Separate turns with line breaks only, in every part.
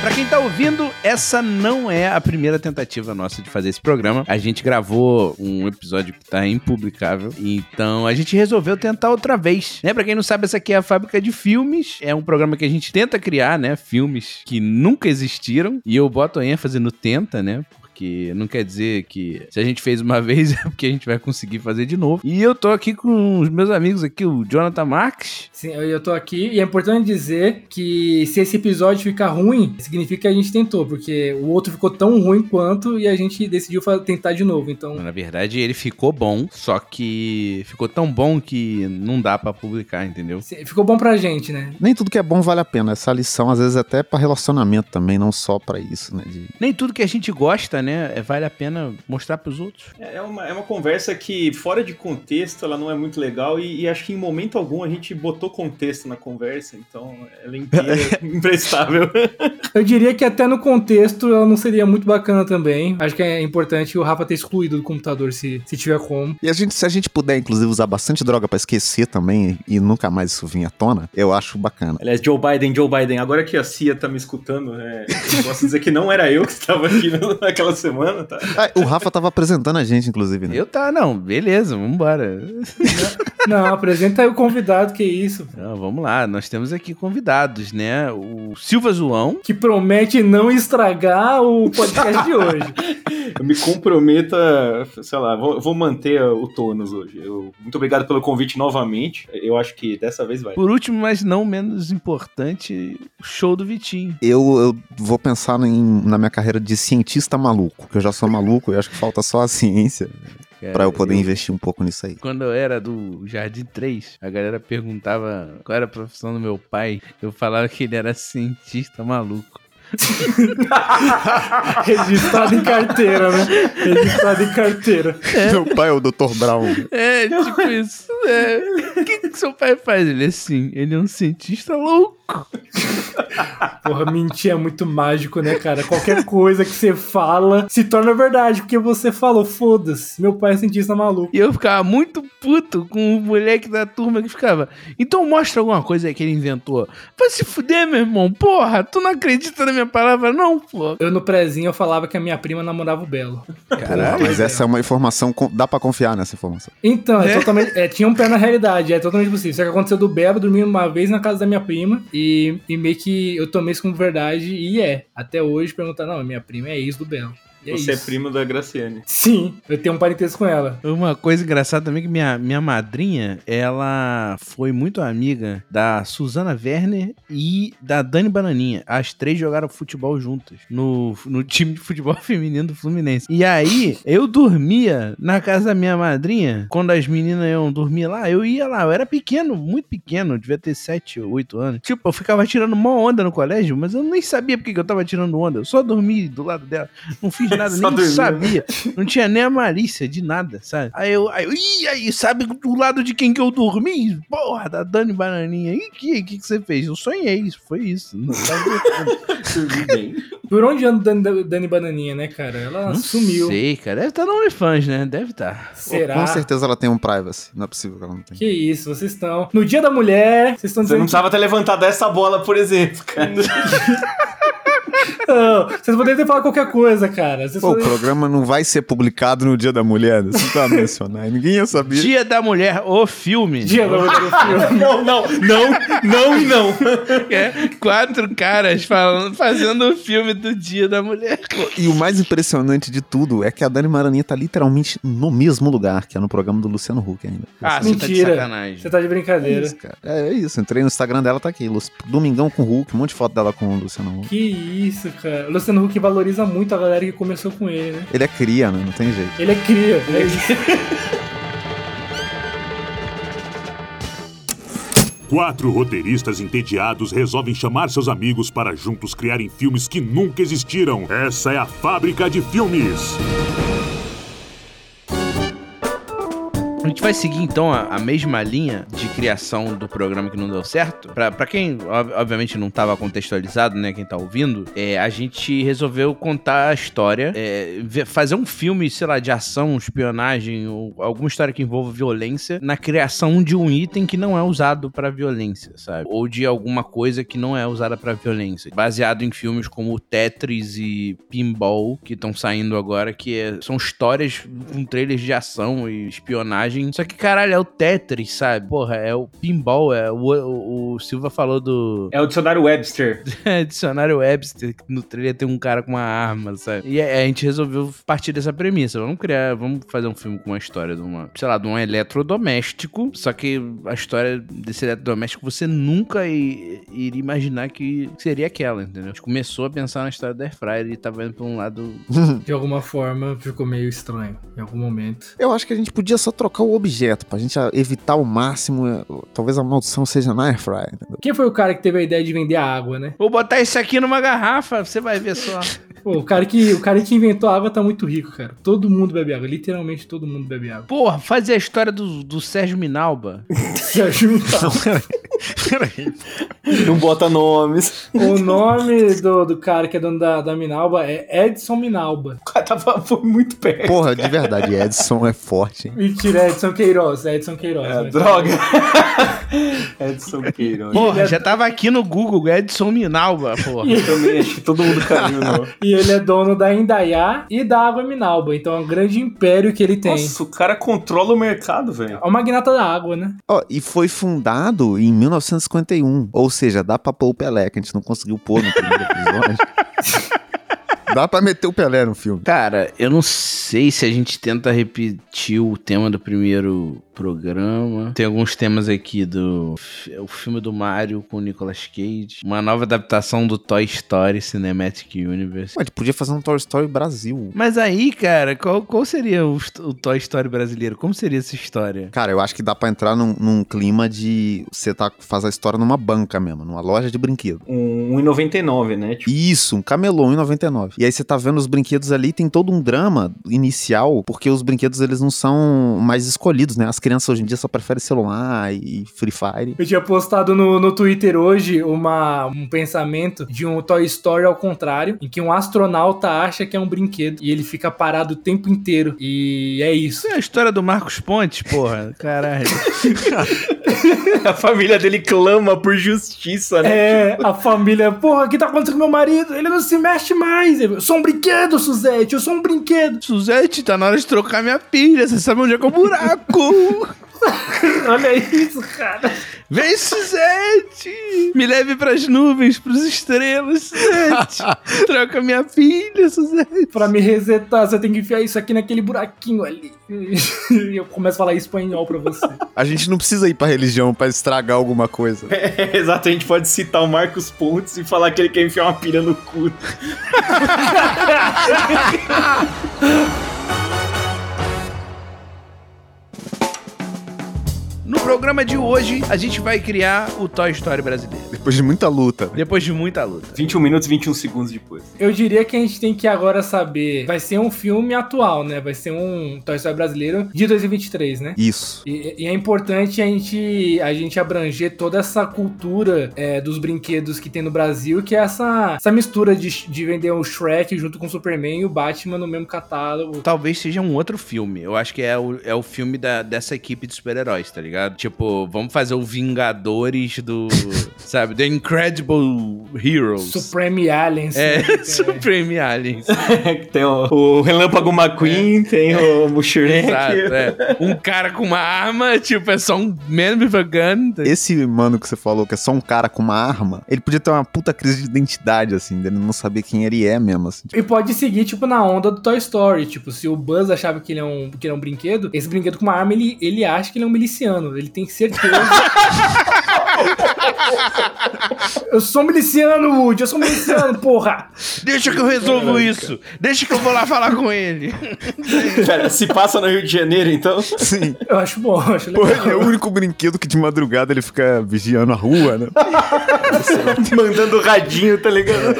Pra quem tá ouvindo, essa não é a primeira tentativa nossa de fazer esse programa. A gente gravou um episódio que tá impublicável, então a gente resolveu tentar outra vez. Né? Pra quem não sabe, essa aqui é a Fábrica de Filmes. É um programa que a gente tenta criar, né? Filmes que nunca existiram. E eu boto ênfase no tenta, né? porque não quer dizer que se a gente fez uma vez é porque a gente vai conseguir fazer de novo. E eu tô aqui com os meus amigos aqui, o Jonathan Marques.
Sim, eu, eu tô aqui e é importante dizer que se esse episódio ficar ruim, significa que a gente tentou, porque o outro ficou tão ruim quanto e a gente decidiu tentar de novo, então...
Na verdade, ele ficou bom, só que ficou tão bom que não dá pra publicar, entendeu?
Sim, Ficou bom pra gente, né?
Nem tudo que é bom vale a pena. Essa lição, às vezes, até é pra relacionamento também, não só pra isso, né? de-
Nem tudo que a gente gosta, né, vale a pena mostrar pros outros.
É é uma, é uma conversa que, fora de contexto, ela não é muito legal e, e acho que em momento algum a gente botou contexto na conversa, então ela é inteira imprestável.
Eu diria que até no contexto ela não seria muito bacana também. Acho que é importante o Rafa ter excluído do computador se, se tiver como.
E a gente, se a gente puder, inclusive, usar bastante droga pra esquecer também e nunca mais isso vir à tona, eu acho bacana.
Aliás, Joe Biden, Joe Biden, agora que a CIA tá me escutando, é, eu posso dizer que não era eu que estava aqui no- naquela semana, tá?
Ah, o Rafa tava apresentando a gente, inclusive, né?
Eu tá, não, beleza, vambora.
Não, apresenta aí o convidado, que isso.
Então, vamos lá, nós temos aqui convidados, né? O Silva Zoão.
Que promete não estragar o podcast de hoje.
Eu me comprometo a, sei lá, vou, vou manter o tônus hoje. Eu- muito obrigado pelo convite novamente. Eu acho que dessa vez vai.
Por último, mas não menos importante, o show do Vitinho.
Eu, eu vou pensar em- na minha carreira de cientista maluco, que eu já sou maluco e acho que falta só a ciência pra eu poder investir um pouco nisso aí.
Quando eu era do Jardim 3, a galera perguntava qual era a profissão do meu pai. Eu falava que ele era cientista maluco.
Registrado em carteira, né? Registrado em carteira.
Meu pai é o Dr. Brown.
É, tipo isso. É. O que, que seu pai faz? Ele é assim, ele é um cientista louco.
Porra, mentir é muito mágico, né, cara? Qualquer coisa que você fala se torna verdade, porque você falou, foda-se, meu pai é cientista maluco.
E eu ficava muito puto com o moleque da turma que ficava. Então mostra alguma coisa aí que ele inventou. Vai se fuder, meu irmão. Porra, tu não acredita na minha palavra, não, pô.
Eu no prezinho eu falava que a minha prima namorava o Belo.
Caralho, mas essa é uma informação. con- Dá pra confiar nessa informação.
Então, é
Né?
totalmente. é, tinha um pé na realidade, é totalmente possível. Só que aconteceu do Bebo dormindo uma vez na casa da minha prima e, e meio que eu tomei isso como verdade e é. Até hoje perguntar, não, minha prima é ex do Belo. E
Você é
isso.
primo da Graciane.
Sim, eu tenho um parentesco com ela.
Uma coisa engraçada também é que minha, minha madrinha, ela foi muito amiga da Suzana Werner e da Dani Bananinha. As três jogaram futebol juntas no, no time de futebol feminino do Fluminense. E aí, eu dormia na casa da minha madrinha. Quando as meninas iam dormir lá, eu ia lá. Eu era pequeno, muito pequeno, devia ter 7, 8 anos. Tipo, eu ficava tirando uma onda no colégio, mas eu nem sabia por que que eu tava tirando onda. Eu só dormi do lado dela. Não fiz nada,
Só
nem
dormiu, né?
sabia. Não tinha nem a malícia de nada, sabe? Aí eu, aí eu, ih, aí, sabe do lado de quem que eu dormi? Porra, da Dani Bananinha. E o que, que, que você fez? Eu sonhei, isso foi isso. Não, tava dormindo.
Dormi bem.
Por onde anda Dani, Dani Bananinha, né, cara? Ela
Não
sumiu.
sei, cara. Deve estar no OnlyFans, né? Deve estar.
Será?
Com certeza ela tem um privacy. Não é possível que ela não tenha.
Que isso, vocês estão. No dia da mulher, vocês estão
Você não
dizendo.
precisava ter levantado essa bola, por exemplo, cara.
que não. Vocês poderiam ter falado qualquer coisa, cara. Vocês
Pô, o
poderiam-
programa não vai ser publicado no Dia da Mulher, né? você não tá mencionando. Ninguém ia saber.
Dia da Mulher, o filme.
Dia da mulher.
Não, não, não, não e não.
É, quatro caras falando, fazendo o filme do Dia da Mulher.
E o mais impressionante de tudo é que a Dani Maraninha tá literalmente no mesmo lugar, que é no programa do Luciano Huck ainda.
Ah, você tá de
Mentira.
sacanagem.
Você tá de
É
brincadeira.
isso, cara. É isso. Entrei no Instagram dela, tá aqui. Lu- Domingão com Hulk, um monte de foto dela com o Luciano Huck.
Que isso, cara. O Luciano Huck valoriza muito a galera que começou com ele, né?
Ele é cria, né? Não tem jeito.
Ele é cria. Ele é cria.
4 roteiristas entediados resolvem chamar seus amigos para juntos criarem filmes que nunca existiram. Essa é a Fábrica de Filmes.
A gente vai seguir então a, a mesma linha de criação do programa que não deu certo. Pra, pra quem, ob- obviamente, não tava contextualizado, né? Quem tá ouvindo, é, a gente resolveu contar a história, é, ver- fazer um filme, sei lá, de ação, espionagem, ou alguma história que envolva violência, na criação de um item que não é usado pra violência, sabe? Ou de alguma coisa que não é usada pra violência. Baseado em filmes como Tetris e Pinball, que estão saindo agora, que é- são histórias com trailers de ação e espionagem. Só que, caralho, é o Tetris, sabe? Porra, é o Pinball, é o, o- o Silva falou do
É o dicionário Webster.
É, dicionário Webster, que no trailer tem um cara com uma arma, sabe? E a, a gente resolveu partir dessa premissa. Vamos criar, vamos fazer um filme com uma história de uma, sei lá, de um eletrodoméstico. Só que a história desse eletrodoméstico você nunca i- iria imaginar que seria aquela, entendeu? A gente começou a pensar na história da Airfryer e tava indo pra um lado.
De alguma forma ficou meio estranho em algum momento.
Eu acho que a gente podia só trocar o objeto, pra gente ah, evitar o máximo. eh, Talvez a maldição seja na Airfryer, entendeu?
Quem foi o cara que teve a ideia de vender a água, né?
Vou botar isso aqui numa garrafa, você vai ver só.
Pô, o cara que, o cara que inventou a água tá muito rico, cara. Todo mundo bebe água, literalmente todo mundo bebe água.
Porra, fazer a história do, do Sérgio Minalba.
Se ajuda.
Não bota nomes.
O nome do, do cara que é dono da, da Minalba é Edson Minalba.
O cara tava foi muito perto.
Porra, de verdade, Edson é forte, hein?
Mentira, é Edson Queiroz. É Edson Queiroz.
É,
né?
droga. É Edson Queiroz.
Porra, já tava aqui no Google, Edson Minalba, porra.
Eu também acho que todo mundo né? caiu. No...
E ele é dono da Indaiá e da Água Minalba. Então é um grande império que ele tem.
Nossa, o cara controla o mercado, velho.
É o magnata da água, né?
Ó, e foi fundado em 1951. Ou seja, dá pra pôr o Pelé, que a gente não conseguiu pôr no primeiro episódio. dá pra meter o Pelé no filme.
Cara, eu não sei se a gente tenta repetir o tema do primeiro programa. Tem alguns temas aqui do o filme do Mario com o Nicolas Cage, uma nova adaptação do Toy Story Cinematic Universe.
Ué, a gente podia fazer um Toy Story Brasil.
Mas aí, cara, qual, qual seria o, st- o Toy Story brasileiro? Como seria essa história?
Cara, eu acho que dá pra entrar num, num clima de você tá, faz a história numa banca mesmo, numa loja de brinquedo.
Um 1,99, né? Tipo,
Isso, um camelô em 99. E aí você tá vendo os brinquedos ali, tem todo um drama inicial, porque os brinquedos eles não são mais escolhidos, né? As crianças hoje em dia só preferem celular e Free Fire.
Eu tinha postado no, no Twitter hoje uma, um pensamento de um Toy Story ao contrário, em que um astronauta acha que é um brinquedo e ele fica parado o tempo inteiro. E é isso.
Isso é a história do Marcos Pontes, porra. Caralho.
a família dele clama por justiça, né?
É, a família, porra, o que tá acontecendo com meu marido? Ele não se mexe mais. Eu sou um brinquedo, Suzette, eu sou um brinquedo.
Suzete, tá na hora de trocar minha pilha. Você sabe onde é que é o buraco.
Olha isso, cara.
Vem, Suzette! Me leve pras nuvens, pros estrelas, Suzette! Troca minha filha, Suzette!
Pra me resetar, você tem que enfiar isso aqui naquele buraquinho ali. E eu começo a falar espanhol pra você.
A gente não precisa ir pra religião pra estragar alguma coisa.
Exato, a gente pode citar o Marcos Pontes e falar que ele quer enfiar uma pilha no cu.
No programa de hoje, a gente vai criar o Toy Story brasileiro.
Depois de muita luta. né?
Depois de muita luta.
21 minutos e 21 segundos depois.
Eu diria que a gente tem que agora saber. Vai ser um filme atual, né? Vai ser um Toy Story brasileiro de 2023, né?
Isso.
E, e é importante a gente, a gente abranger toda essa cultura é, dos brinquedos que tem no Brasil, que é essa, essa mistura de, de vender o Shrek junto com o Superman e o Batman no mesmo catálogo.
Talvez seja um outro filme. Eu acho que é o, é o filme da, dessa equipe de super-heróis, tá ligado? Tipo, vamos fazer o Vingadores do. sabe? The Incredible Heroes.
Supreme Aliens.
é,
né?
Supreme Aliens.
tem o, o Relâmpago McQueen, tem o, o Shrek.
Exato, é. Um cara com uma arma, tipo, é só um man with a gun. tá
Esse mano que você falou, que é só um cara com uma arma, ele podia ter uma puta crise de identidade, assim, dele não saber quem ele é mesmo, assim.
E pode seguir, tipo, na onda do Toy Story. Tipo, se o Buzz achava que ele é um, que ele é um brinquedo, esse brinquedo com uma arma, ele, ele acha que ele é um miliciano. Ele tem certeza. Eu sou miliciano, Woody, eu sou miliciano, porra!
Deixa que eu resolvo isso. Deixa que eu vou lá falar com ele.
Pera, se passa no Rio de Janeiro, então.
Sim.
Eu acho bom, eu acho
Tipo assim, Pô,
legal.
ele é o único brinquedo que de madrugada ele fica vigiando a rua, né?
Mandando radinho, tá ligado?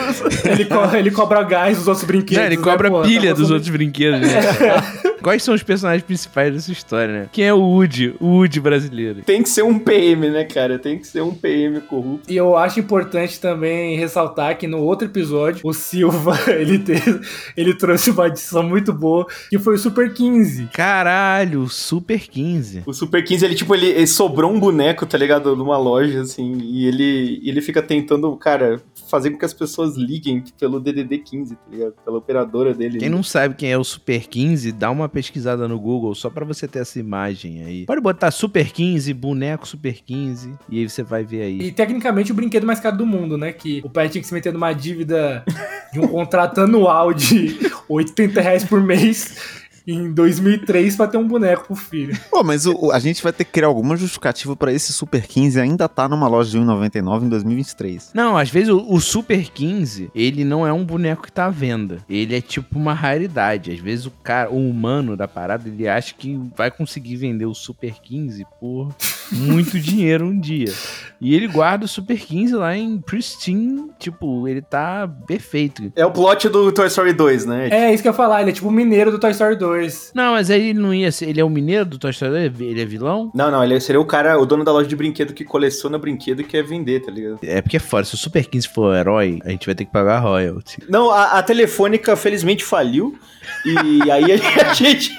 Ele, co- ele cobra gás dos outros brinquedos.
É, ele
né,
cobra
pô?
pilha
Tá
dos
passando-
outros brinquedos, né? Quais são os personagens principais dessa história, né? Quem é o Woody? O Woody brasileiro.
Tem que ser um PM, né, cara? Tem que ser um PM corrupto.
E eu acho importante também ressaltar que no outro episódio, o Silva, ele, te- ele trouxe uma adição muito boa, que foi o Super 15.
Caralho, Super 15.
O Super 15, ele, tipo, ele, ele sobrou um boneco, tá ligado? Numa loja, assim, e ele, ele fica tentando, cara, fazer com que as pessoas liguem pelo DDD 15, tá ligado? Pela operadora dele.
Quem não sabe quem é o Super 15, dá uma pesquisada no Google só pra você ter essa imagem aí. Pode botar Super 15, boneco Super 15, e aí você vai ver aí.
E tecnicamente o brinquedo mais caro do mundo, né? Que o pai tinha que se meter numa dívida de um contrato anual de 80 reais por mês em 2003 pra ter um boneco pro filho.
Pô, mas o- o- a gente vai ter que criar alguma justificativa pra esse Super 15 ainda tá numa loja de 1,99 em 2023.
Não, às vezes o, o Super 15, ele não é um boneco que tá à venda. Ele é tipo uma raridade. Às vezes o cara, o humano da parada, ele acha que vai conseguir vender o Super 15 por muito dinheiro um dia. E ele guarda o Super 15 lá em pristine, tipo, ele tá perfeito.
É o plot do Toy Story 2, né?
É isso que eu ia falar, ele é tipo o mineiro do Toy Story 2.
Não, mas aí ele não ia ser, ele é o mineiro do Toy Story, ele é vilão?
Não, não, ele seria o cara, o dono da loja de brinquedo que coleciona brinquedo e quer vender, tá ligado?
É porque é foda, se o Super 15 for o herói, a gente vai ter que pagar royalty.
Não, a, a telefônica felizmente faliu. E aí a gente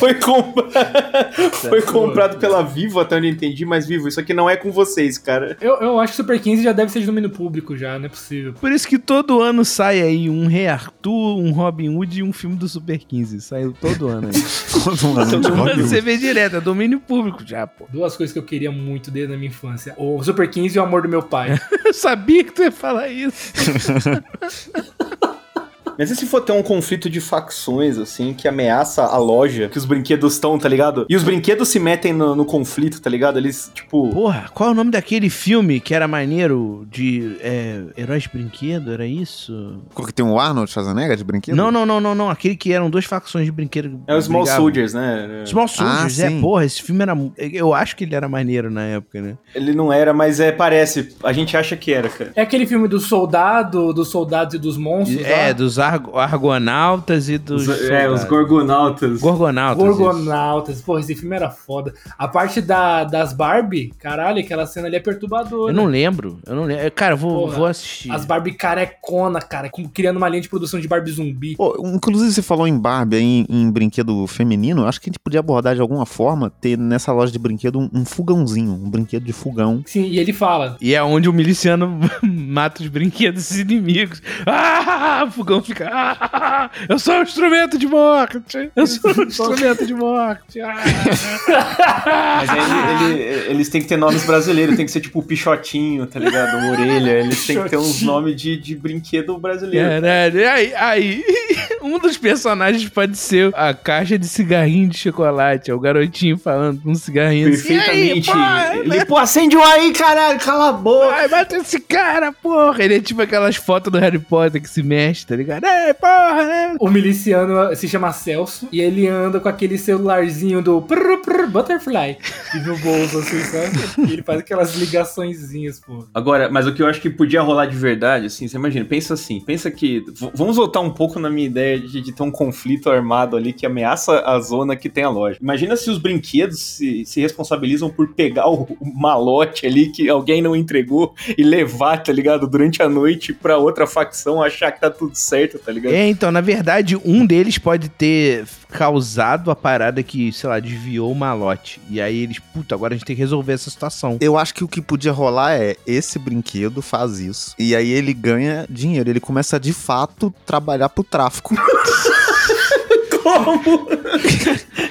foi, compra- foi comprado pela Vivo, até onde eu entendi, mas Vivo, isso aqui não é com vocês, cara.
Eu, eu acho que o Super 15 já deve ser de domínio público já, não é possível.
Por isso que todo ano sai aí um Rei Arthur, um Robin Hood e um filme do Super 15. Saiu todo ano aí.
Então,
Todo
um
ano você vê direto, é domínio público já, pô.
Duas coisas que eu queria muito desde a minha infância. O Super 15 e o amor do meu pai.
Eu sabia que tu ia falar isso.
Mas e se for ter um conflito de facções, assim, que ameaça a loja, que os brinquedos estão, tá ligado? E os brinquedos se metem no, no conflito, tá ligado? Eles, tipo.
Porra, qual é o nome daquele filme que era maneiro de é, heróis de brinquedo? Era isso?
Porque tem o Arnold Schwarzenegger de brinquedo?
Não, não, não, não, não. Aquele que eram duas facções de brinquedo.
É o Small
brigavam.
Soldiers, né?
Small Soldiers,
Ah,
é,
sim.
porra, esse filme era. Eu acho que ele era maneiro na época, né?
Ele não era, mas é, parece. A gente acha que era, cara.
É aquele filme do soldado, dos soldados e dos monstros.
É,
lá?
dos argo- argonautas e dos. soldados.
é, Gorgonautas.
gorgonautas. isso.
Gorgonautas. Porra, esse filme era foda. A parte da, das Barbie, caralho, aquela cena ali é perturbadora.
Eu não lembro. Eu não lembro. Cara, eu vou,
Porra,
vou assistir.
As Barbie carecona, cara, como criando uma linha de produção de Barbie zumbi.
Pô, inclusive, você falou em Barbie, aí, em, em brinquedo feminino. eu Acho que a gente podia abordar de alguma forma ter nessa loja de brinquedo um, um fogãozinho, um brinquedo de fogão.
Sim, e ele fala.
E é onde o miliciano mata os brinquedos dos inimigos. Ah, o fogão fica. Ah, eu sou um instrumento de morte. Eu sou um instrumento de morte.
Mas aí ele- ele- eles têm que ter nomes brasileiros, tem que ser tipo o Pichotinho, tá ligado? Uma orelha. Eles têm que ter uns
Pichotinho.
nomes de, de brinquedo
É,
brasileiro.
Caralho, né? aí, aí, um dos personagens pode ser a caixa de cigarrinho de chocolate. É o garotinho falando com um cigarrinho. assim, "E aí,
Perfeitamente.
pá?" né?
ele, pô, acende um aí, caralho, cala a boca.
Ai, mata esse cara, porra! Ele é tipo aquelas fotos do Harry Potter que se mexe, tá ligado? Ei, porra, né?
O miliciano se chama Celso e ele anda com aquele celularzinho do prrr, prrr, Butterfly e no bolso, assim, sabe? E ele faz aquelas ligaçõezinhas, pô.
Agora, mas o que eu acho que podia rolar de verdade, assim, você imagina, pensa assim, pensa que. v- Vamos voltar um pouco na minha ideia de, de ter um conflito armado ali que ameaça a zona que tem a loja. Imagina se os brinquedos se, se responsabilizam por pegar o, o malote ali que alguém não entregou e levar, tá ligado? Durante a noite pra outra facção achar que tá tudo certo, tá ligado?
É, então, na verdade, um deles pode ter causado a parada que, sei lá, desviou o malote. E aí eles, puta, agora a gente tem que resolver essa situação.
Eu acho que o que podia rolar é esse brinquedo faz isso. E aí ele ganha dinheiro. Ele começa de fato trabalhar pro tráfico.
Como? Como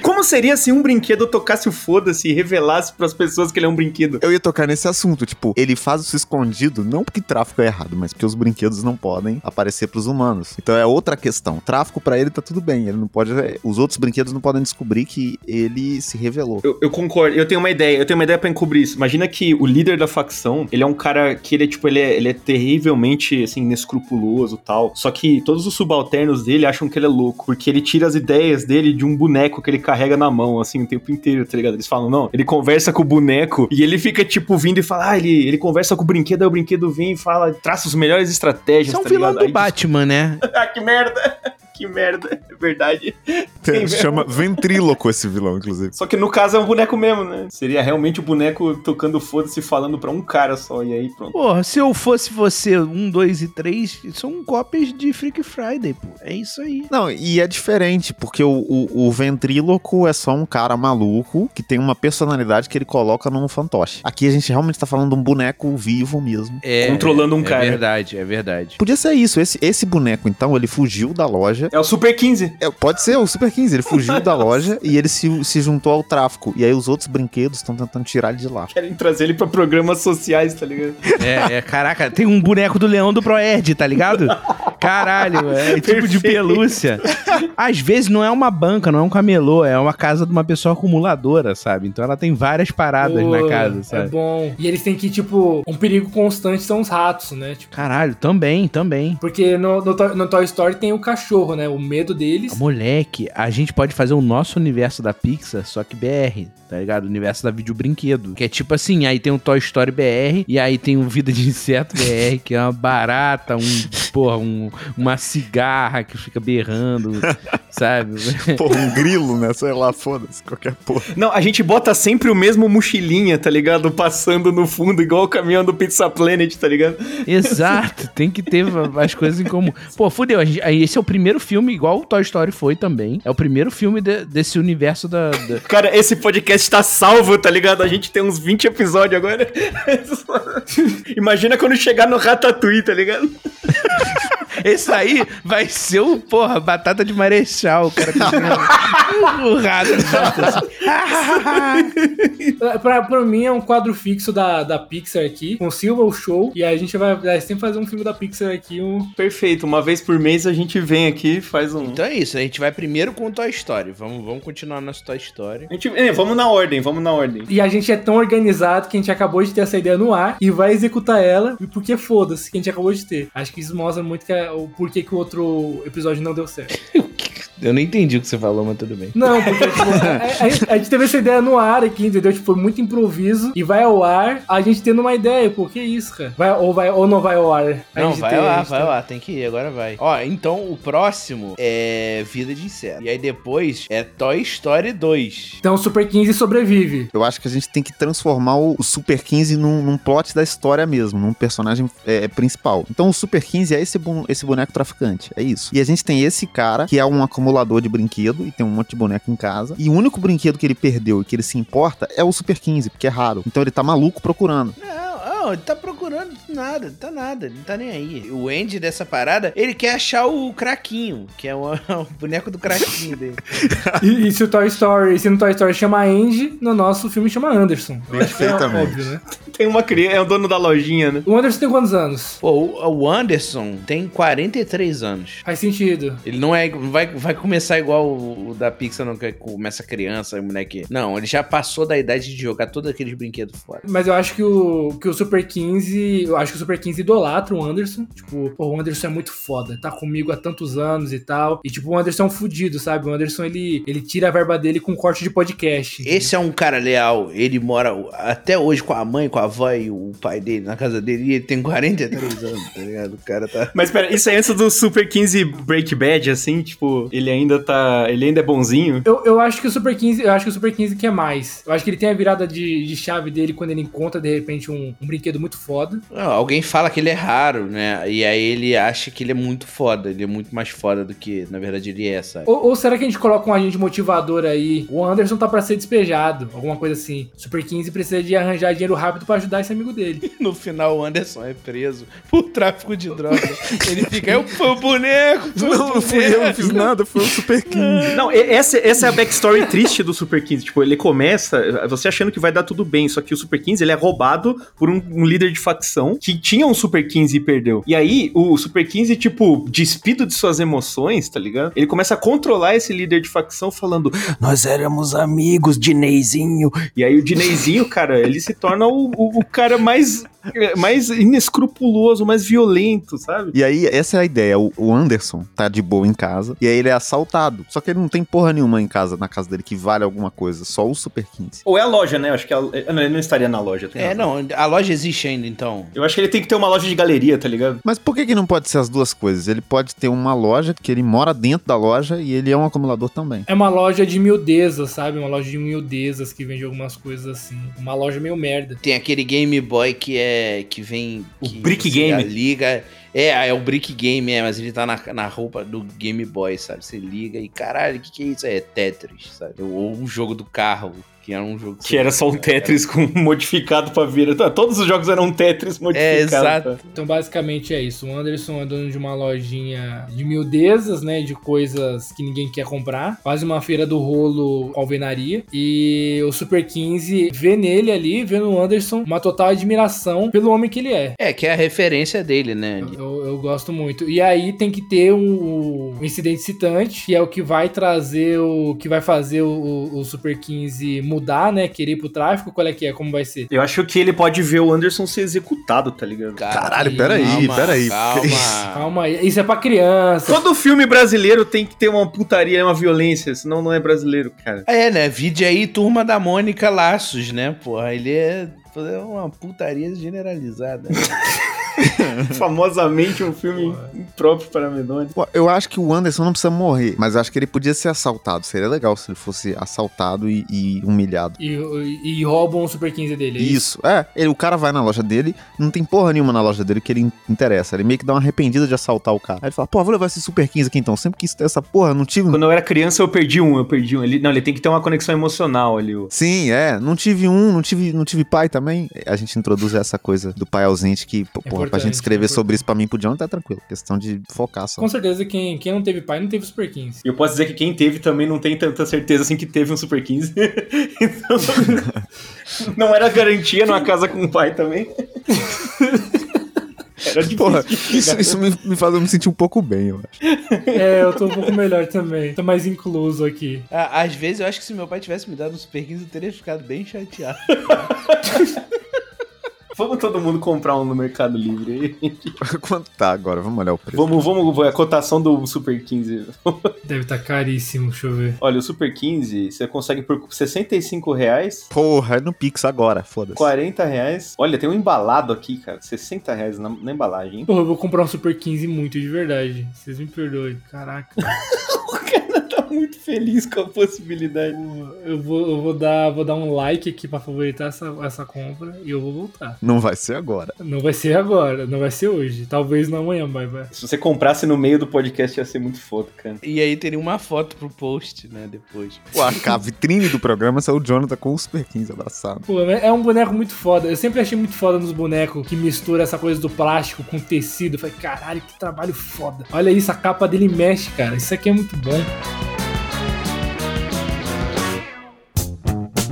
Como seria se um brinquedo tocasse o foda-se e revelasse pras pessoas que ele é um brinquedo?
Eu ia tocar nesse assunto, tipo, ele faz isso escondido, não porque tráfico é errado, mas porque os brinquedos não podem aparecer pros humanos. Então é outra questão. Tráfico pra ele tá tudo bem, ele não pode, é, os outros brinquedos não podem descobrir que ele se revelou.
Eu, eu concordo, eu tenho uma ideia, eu tenho uma ideia pra encobrir isso. Imagina que o líder da facção, ele é um cara que ele é, tipo, ele é, ele é terrivelmente, assim, inescrupuloso e tal. Só que todos os subalternos dele acham que ele é louco, porque ele tira as ideias dele de um boneco que ele carrega na mão, assim, o tempo inteiro, tá ligado? Eles falam, não, ele conversa com o boneco e ele fica, tipo, vindo e fala, ah, ele, ele conversa com o brinquedo, aí o brinquedo vem e fala, traça os melhores estratégias,
Isso é um
tá
vilão
ligado?
do
Aí-
Batman, né?
ah, que merda! Que merda, é verdade. Sim,
Chama ventríloco esse vilão, inclusive.
Só que no caso é um boneco mesmo, né? Seria realmente o boneco tocando foda-se e falando pra um cara só, e aí pronto.
Porra, se eu fosse você, um, dois e três, são cópias de Freak Friday, pô. É isso aí.
Não, e é diferente, porque o, o, o ventríloco é só um cara maluco que tem uma personalidade que ele coloca num fantoche. Aqui a gente realmente tá falando de um boneco vivo mesmo.
É,
Controlando um
é
cara.
verdade, é verdade.
Podia ser isso, esse, esse boneco então, ele fugiu da loja.
É o Super 15.
É, pode ser o Super 15, ele fugiu da loja e ele se, se juntou ao tráfico. E aí os outros brinquedos estão tentando tirar ele de lá.
Querem trazer ele pra programas sociais, tá ligado?
É, é, caraca, tem um boneco do leão do Proerd, tá ligado? Caralho, é tipo de
Perfeito.
pelúcia. Às vezes não é uma banca, não é um camelô, é uma casa de uma pessoa acumuladora, sabe? Então ela tem várias paradas na
Pô,
casa,
É
sabe?
bom. E eles têm que, tipo, um perigo constante são os ratos, né? Tipo,
Caralho, também, também.
porque no, no, Toy- no Toy Story tem o cachorro, né? O medo deles.
Ah, Moleque, a gente pode fazer o nosso universo da Pixar, só que BR, tá ligado? O universo da videobrinquedo. Que é tipo assim, aí tem o Toy Story BR, e aí tem o Vida de Inseto BR, que é uma barata, um, porra, um- uma cigarra que fica berrando, sabe?
Pô, um grilo, né? Sei lá, foda-se, qualquer porra.
Não, a gente bota sempre o mesmo mochilinha, tá ligado? Passando no fundo, igual o caminhão do Pizza Planet, tá ligado?
Exato, tem que ter va- as coisas em comum. Pô, fudeu, a gente- aí esse é o primeiro filme, igual o Toy Story foi também. É o primeiro filme de- desse universo da- da,
Cara, esse podcast tá salvo, tá ligado? A gente tem uns 20 episódios agora. Imagina quando chegar no Ratatouille, tá ligado?
Esse aí vai ser o, porra, batata de marechal, o cara cozinhando. o rato. Então,
Pra, pra- pra mim é um quadro fixo da, da Pixar aqui, com o Silva, o show. E aí a gente vai, vai sempre fazer um filme da Pixar aqui, um.
Perfeito, uma vez por mês a gente vem aqui e faz um.
Então é isso, a gente vai primeiro com o Toy Story. Vamos, vamos continuar nosso Toy Story.
A gente... é, vamos na ordem, vamos na ordem.
E a gente é tão organizado que a gente acabou de ter essa ideia no ar e vai executar ela, e porque foda-se que a gente acabou de ter. Acho que isso mostra muito que é o porquê que o outro episódio não deu certo.
Eu não entendi o que você falou, mas tudo bem.
Não, porque tipo, a, a gente- a gente teve essa ideia no ar aqui, entendeu? Tipo, foi muito improviso e vai ao ar, a gente tendo uma ideia, pô, que isso, cara? Vai, ou, vai, ou não vai ao ar. A
não,
gente
vai
tem- a
lá,
gente
vai
tem-
lá, tem que ir, agora vai. Ó, então o próximo é Vida de Inseto. E aí depois é Toy Story 2.
Então, Super 15 sobrevive.
Eu acho que a gente tem que transformar o o Super 15 num, num plot da história mesmo, num personagem é, principal. Então o Super 15 é esse, bu- esse boneco traficante, é isso. E a gente tem esse cara, que é um acumulador de brinquedo, e tem um monte de boneco em casa. E o único brinquedo que ele perdeu e que ele se importa é o Super 15, porque é raro. Então ele tá maluco procurando.
Não, não, ele tá procurando nada, tá nada, ele não tá nem aí. O Andy dessa parada, ele quer achar o craquinho, que é o, o boneco do craquinho dele.
E, e se o Toy Story, se no Toy Story chama Andy, no nosso filme chama Anderson. Eu acho que é
Perfeitamente.
óbvio, né?
Tem uma criança, é o dono da lojinha, né?
O Anderson tem quantos anos?
Pô, o o Anderson tem 43 anos.
Faz sentido.
Ele não é. não Vai, vai começar igual o, o da Pixar, não, que é começa criança, o moleque. Não, ele já passou da idade de jogar todos aqueles brinquedos fora.
Mas eu acho que o, que o Super 15. Eu acho que o Super 15 idolatra o Anderson. Tipo, pô, o Anderson é muito foda. Tá comigo há tantos anos e tal. E, tipo, o Anderson é um fudido, sabe? O Anderson, ele, ele tira a verba dele com corte de podcast.
Esse é um cara leal, ele mora o- até hoje com a mãe, com a avó e o pai dele na casa dele, e ele tem 43 anos, tá ligado? O cara tá.
Mas pera, isso é antes do Super 15 Break Bad, assim, tipo, ele ainda tá. Ele ainda é bonzinho.
Eu, eu acho que o Super é 15, eu acho que o Super 15 quer mais. Eu acho que ele tem a virada de, de chave dele quando ele encontra, de repente, um, um brinquedo muito foda.
Não, alguém fala que ele é raro, né? E aí ele acha que ele é muito foda, ele é muito mais foda do que, na verdade, ele é, sabe?
Ou, ou será que a gente coloca um agente motivador aí? O Anderson tá pra ser despejado, alguma coisa assim. Super 15 precisa de arranjar dinheiro rápido pra ajudar esse amigo dele.
No final, o Anderson é preso por tráfico de drogas. ele fica, eu fui o boneco, foi o
Não, não fui eu, não
boneco."
fiz nada, foi o Super 15.
Não, e- essa, essa é a backstory triste do Super 15. Tipo, ele começa você achando que vai dar tudo bem, só que o Super 15 ele é roubado por um, um líder de facção que tinha um Super 15 e perdeu. E aí, o Super 15, tipo, despido de suas emoções, tá ligado? Ele começa a controlar esse líder de facção falando: Nós éramos amigos, Dineizinho. E aí, o Dineizinho, cara, ele se torna o, o- o cara mais, mais inescrupuloso, mais violento, sabe?
E aí, essa é a ideia. O o Anderson tá de boa em casa e aí ele é assaltado. Só que ele não tem porra nenhuma em casa, na casa dele, que vale alguma coisa. Só o Super 15.
Ou é a loja, né? Eu acho que a- não, ele não estaria na loja. tá tem
É,
razão.
não, a loja existe ainda, então.
Eu acho que ele tem que ter uma loja de galeria, tá ligado?
Mas por que, que não pode ser as duas coisas? Ele pode ter uma loja, que ele mora dentro da loja e ele é um acumulador também.
É uma loja de miudezas, sabe? Uma loja de miudezas que vende algumas coisas assim. Uma loja meio merda.
Tem aquele Game Boy que é. que vem.
O
que
Brick
você
Game.
liga. É, é o Brick Game, é, mas ele tá na, na roupa do Game Boy, sabe? Você liga e caralho, o que, que é isso? É Tetris, sabe? Ou um jogo do carro, que era um jogo
Que era só um Tetris com modificado pra vir. Tá, Todos os jogos eram um Tetris modificado.
É, exato.
Então, basicamente é isso. O Anderson é dono de uma lojinha de miudezas, né? De coisas que ninguém quer comprar. Faz uma feira do rolo com alvenaria. E o Super 15 vê nele ali, vê no Anderson, uma total admiração pelo homem que ele é.
É, que é a referência dele, né?
Eu, eu gosto muito. E aí tem que ter um, um incidente citante, que é o que vai trazer o. que vai fazer o, o Super 15 mudar, né? Querer ir pro tráfico. Qual é que é? Como vai ser?
Eu acho que ele pode ver o Anderson ser executado, tá ligado?
Caralho, peraí,
Calma,
peraí.
Calma.
Calma aí. Isso é pra criança.
Todo filme brasileiro tem que ter uma putaria, uma violência, senão não é brasileiro, cara.
É, né? Vide aí Turma da Mônica Laços, né? Porra, ele é é uma putaria generalizada.
Famosamente um filme impróprio para menores.
Pô, Eu acho que o Anderson não precisa morrer, mas eu acho que ele podia ser assaltado. Seria legal se ele fosse assaltado e, e humilhado.
E, e, e roubam o Super 15 dele. é
Isso, é. Ele, o cara vai na loja dele, não tem porra nenhuma na loja dele que ele in- interessa. Ele meio que dá uma arrependida de assaltar o cara. Aí ele fala, pô, vou levar esse Super 15 aqui então. Sempre quis ter essa porra, não tive.
Quando eu era criança, eu perdi um, eu perdi um. Ele, não, ele tem que ter uma conexão emocional ali. o-
Sim, é. Não tive um, não tive, não tive pai também. A gente introduz essa coisa do pai ausente que, pô, porra, pra
Importante,
gente escrever
importante.
sobre isso pra mim podia não tá tranquilo. Questão de focar só.
Com certeza, quem, quem não teve pai não teve Super 15.
E eu posso dizer que quem teve também não tem tanta certeza assim que teve um Super 15. então, não era garantia numa casa com o pai também. Era difícil.
Porra, isso, isso me, me faz eu me sentir um pouco bem, eu acho.
É, eu tô um pouco melhor também. Tô mais incluso aqui.
Ah, Às vezes eu acho que se meu pai tivesse me dado um Super 15, eu teria ficado bem chateado.
Vamos todo mundo comprar um no Mercado Livre aí.
Quanto tá agora? Vamos olhar o preço.
Vamos, vamos, a cotação do Super 15.
Deve tá caríssimo, deixa eu ver.
Olha, o Super 15 você consegue por R$ 65 reais,
Porra, é no Pix agora, foda-se.
40 reais. Olha, tem um embalado aqui, cara. 60 reais na, na embalagem, hein?
Porra, eu vou comprar um Super 15 muito, de verdade. Vocês me perdoem. Caraca.
O cara tá muito feliz com a possibilidade.
Eu vou, eu vou dar, vou dar um like aqui pra favoritar essa, essa compra e eu vou voltar.
Não vai ser agora.
Não vai ser agora, não vai ser hoje. Talvez na manhã, mas vai.
Se você comprasse no meio do podcast, ia ser muito foda, cara.
E aí teria uma foto pro post, né, depois.
Pô, a vitrine do programa saiu o Jonathan com o Super 15 abraçado.
Pô, mas é um boneco muito foda. Eu sempre achei muito foda nos bonecos que mistura essa coisa do plástico com tecido. Eu Falei, caralho, que trabalho foda. Olha isso, a capa dele mexe, cara. Isso aqui é muito bom.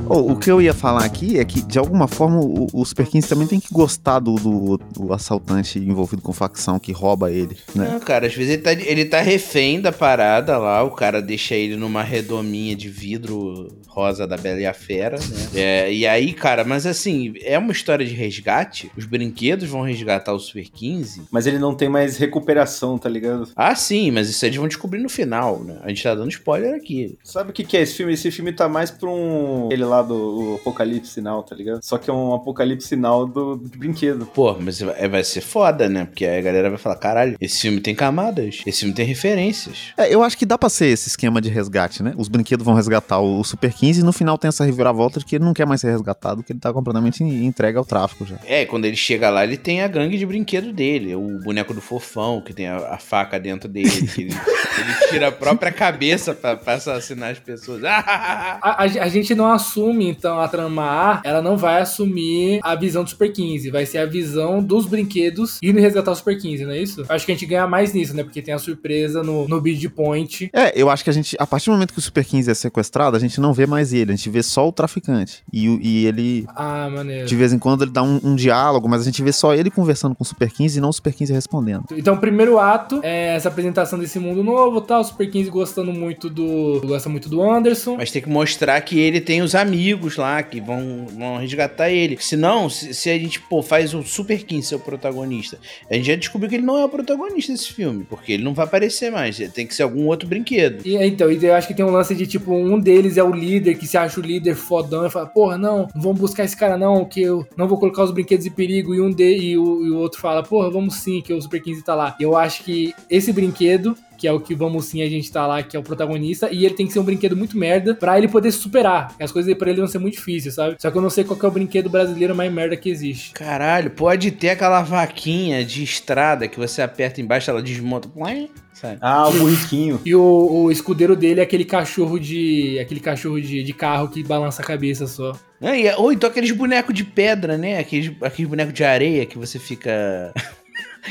Ô, o que eu ia falar aqui é que, de alguma forma, o, o Super 15 também tem que gostar do, do- do assaltante envolvido com facção que rouba ele, né?
Não, cara, às vezes ele tá, ele tá refém da parada lá, o cara deixa ele numa redominha de vidro rosa da Bela e a Fera, né? É, e aí, cara, mas assim, é uma história de resgate, os brinquedos vão resgatar o Super 15.
Mas ele não tem mais recuperação, tá ligado?
Ah, sim, mas isso eles vão descobrir no final, né? A gente tá dando spoiler aqui.
Sabe o que, que é esse filme? Esse filme tá mais pra um. Ele lá, lançado o Apocalipse Sinal, tá ligado? Só que é um Apocalipse Sinal do, de brinquedo.
Pô, mas vai vai ser foda, né? Porque aí a galera vai falar: caralho, esse filme tem camadas, esse filme tem referências.
É, eu acho que dá pra ser esse esquema de resgate, né? Os brinquedos vão resgatar o Super 15 e no final tem essa reviravolta de que ele não quer mais ser resgatado, que ele tá completamente en- entregue ao tráfico já.
É, quando ele chega lá, ele tem a gangue de brinquedo dele. O boneco do fofão, que tem a, a faca dentro dele. que ele, ele tira a própria cabeça pra, pra assassinar as pessoas.
A, a- a gente não assume, então, a trama A, ela não vai assumir a visão do Super 15, vai ser a visão dos brinquedos indo resgatar o Super 15, não é isso? Acho que a gente ganha mais nisso, né? Porque tem a surpresa no, no Bid Point.
É, eu acho que a gente, a partir do momento que o Super 15 é sequestrado, a gente não vê mais ele, a gente vê só o traficante. E, o- e ele,
Ah, maneiro.
de vez em quando, ele dá um, um diálogo, mas a gente vê só ele conversando com o Super 15 e não o Super 15 respondendo.
Então, o primeiro ato é essa apresentação desse mundo novo, tal. O Super 15 gostando muito do. Gosta muito do Anderson.
Mas tem que mostrar que ele tem os amigos lá que vão, vão resgatar ele. Senão, se, se a gente pô, faz o Super Kim ser o protagonista, a gente já descobriu que ele não é o protagonista desse filme. Porque ele não vai aparecer mais. Ele tem que ser algum outro brinquedo.
E, então, e eu acho que tem um lance de tipo, um deles é o líder que se acha o líder fodão e fala, porra, não, não vamos buscar esse cara, não, que eu não vou colocar os brinquedos em perigo. E um de, e, o, e o outro fala, porra, vamos sim, que o Super 15 tá lá. Eu acho que esse brinquedo. Que é o que vamos sim, a gente tá lá, que é o protagonista, e ele tem que ser um brinquedo muito merda pra ele poder se superar. As coisas pra ele vão ser muito difíceis, sabe? Só que eu não sei qual que é o brinquedo brasileiro mais merda que existe.
Caralho, pode ter aquela vaquinha de estrada que você aperta embaixo, ela desmonta. Plim, Sabe?
Ah, o burriquinho.
E o, o escudeiro dele é aquele cachorro de. aquele cachorro de, de carro que balança a cabeça só.
Ah, e- ou então aqueles bonecos de pedra, né? Aqueles, aqueles bonecos de areia que você fica.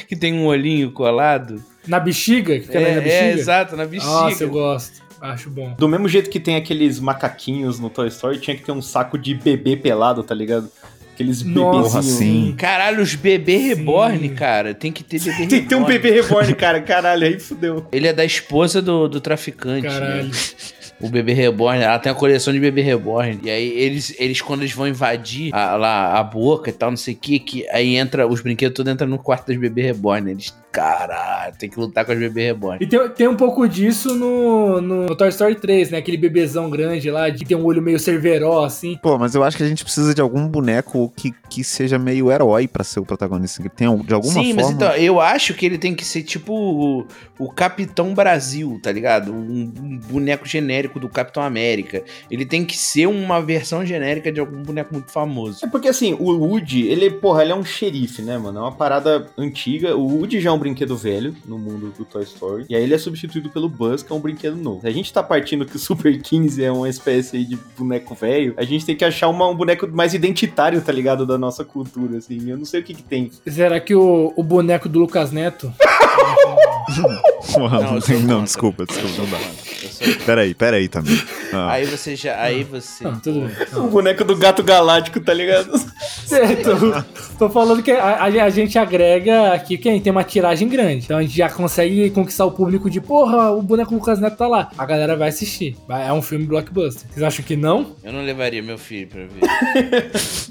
que tem um olhinho colado.
Na bexiga? Que fica
É,
na bexiga?
é, exato, na bexiga.
Nossa, eu gosto. Acho bom.
Do mesmo jeito que tem aqueles macaquinhos no Toy Story, tinha que ter um saco de bebê pelado, tá ligado? Aqueles bebezinhos.
Porra,
assim.
sim.
Caralho, os bebê
Sim.
reborn, cara. Tem que ter bebê reborn.
Tem que ter um bebê reborn, cara. Caralho, aí fudeu.
Ele é da esposa do, do traficante. né?
Caralho.
O bebê reborn. Ela tem a coleção de bebê reborn. E aí eles, eles quando eles vão invadir a, lá a boca e tal, não sei o que, que aí entra os brinquedos todos entram no quarto das bebê reborn. Eles, caralho, tem que lutar com as bebê reborn.
E tem, tem um pouco disso no, no, no Toy Story 3, né? Aquele bebezão grande lá, de que tem um olho meio cerveró, assim.
Pô, mas eu acho que a gente precisa de algum boneco que, que seja meio herói pra ser o protagonista, que tenha de alguma
Sim,
forma...
mas então, eu acho que ele tem que ser tipo o, o Capitão Brasil, tá ligado? Um, um boneco genérico do Capitão América. Ele tem que ser uma versão genérica de algum boneco muito famoso.
É porque assim, o Woody, ele, porra, ele é um xerife, né, mano? É uma parada antiga. O Woody já é um brinquedo velho no mundo do Toy Story. E aí ele é substituído pelo Buzz, que é um brinquedo novo. Se a gente tá partindo que o Super 15 é uma espécie aí de boneco velho, a gente tem que achar uma- um boneco mais identitário, tá ligado? Da nossa cultura, assim. Eu não sei o que que tem.
Será que o, o boneco do Lucas Neto?
não,
eu sou contra.
desculpa, desculpa, não dá.
Eu sou
Peraí, peraí também. Ah.
Aí você já. Aí você.
Não, Ah, tudo bem.
O boneco do gato galáctico, tá ligado?
Certo. Tô falando que a, a- a gente agrega aqui que a gente tem uma tiragem grande. Então a gente já consegue conquistar o público de porra, o boneco Lucas Neto tá lá. A galera vai assistir. Vai- É um filme blockbuster. Vocês acham que não?
Eu não levaria meu filho pra ver.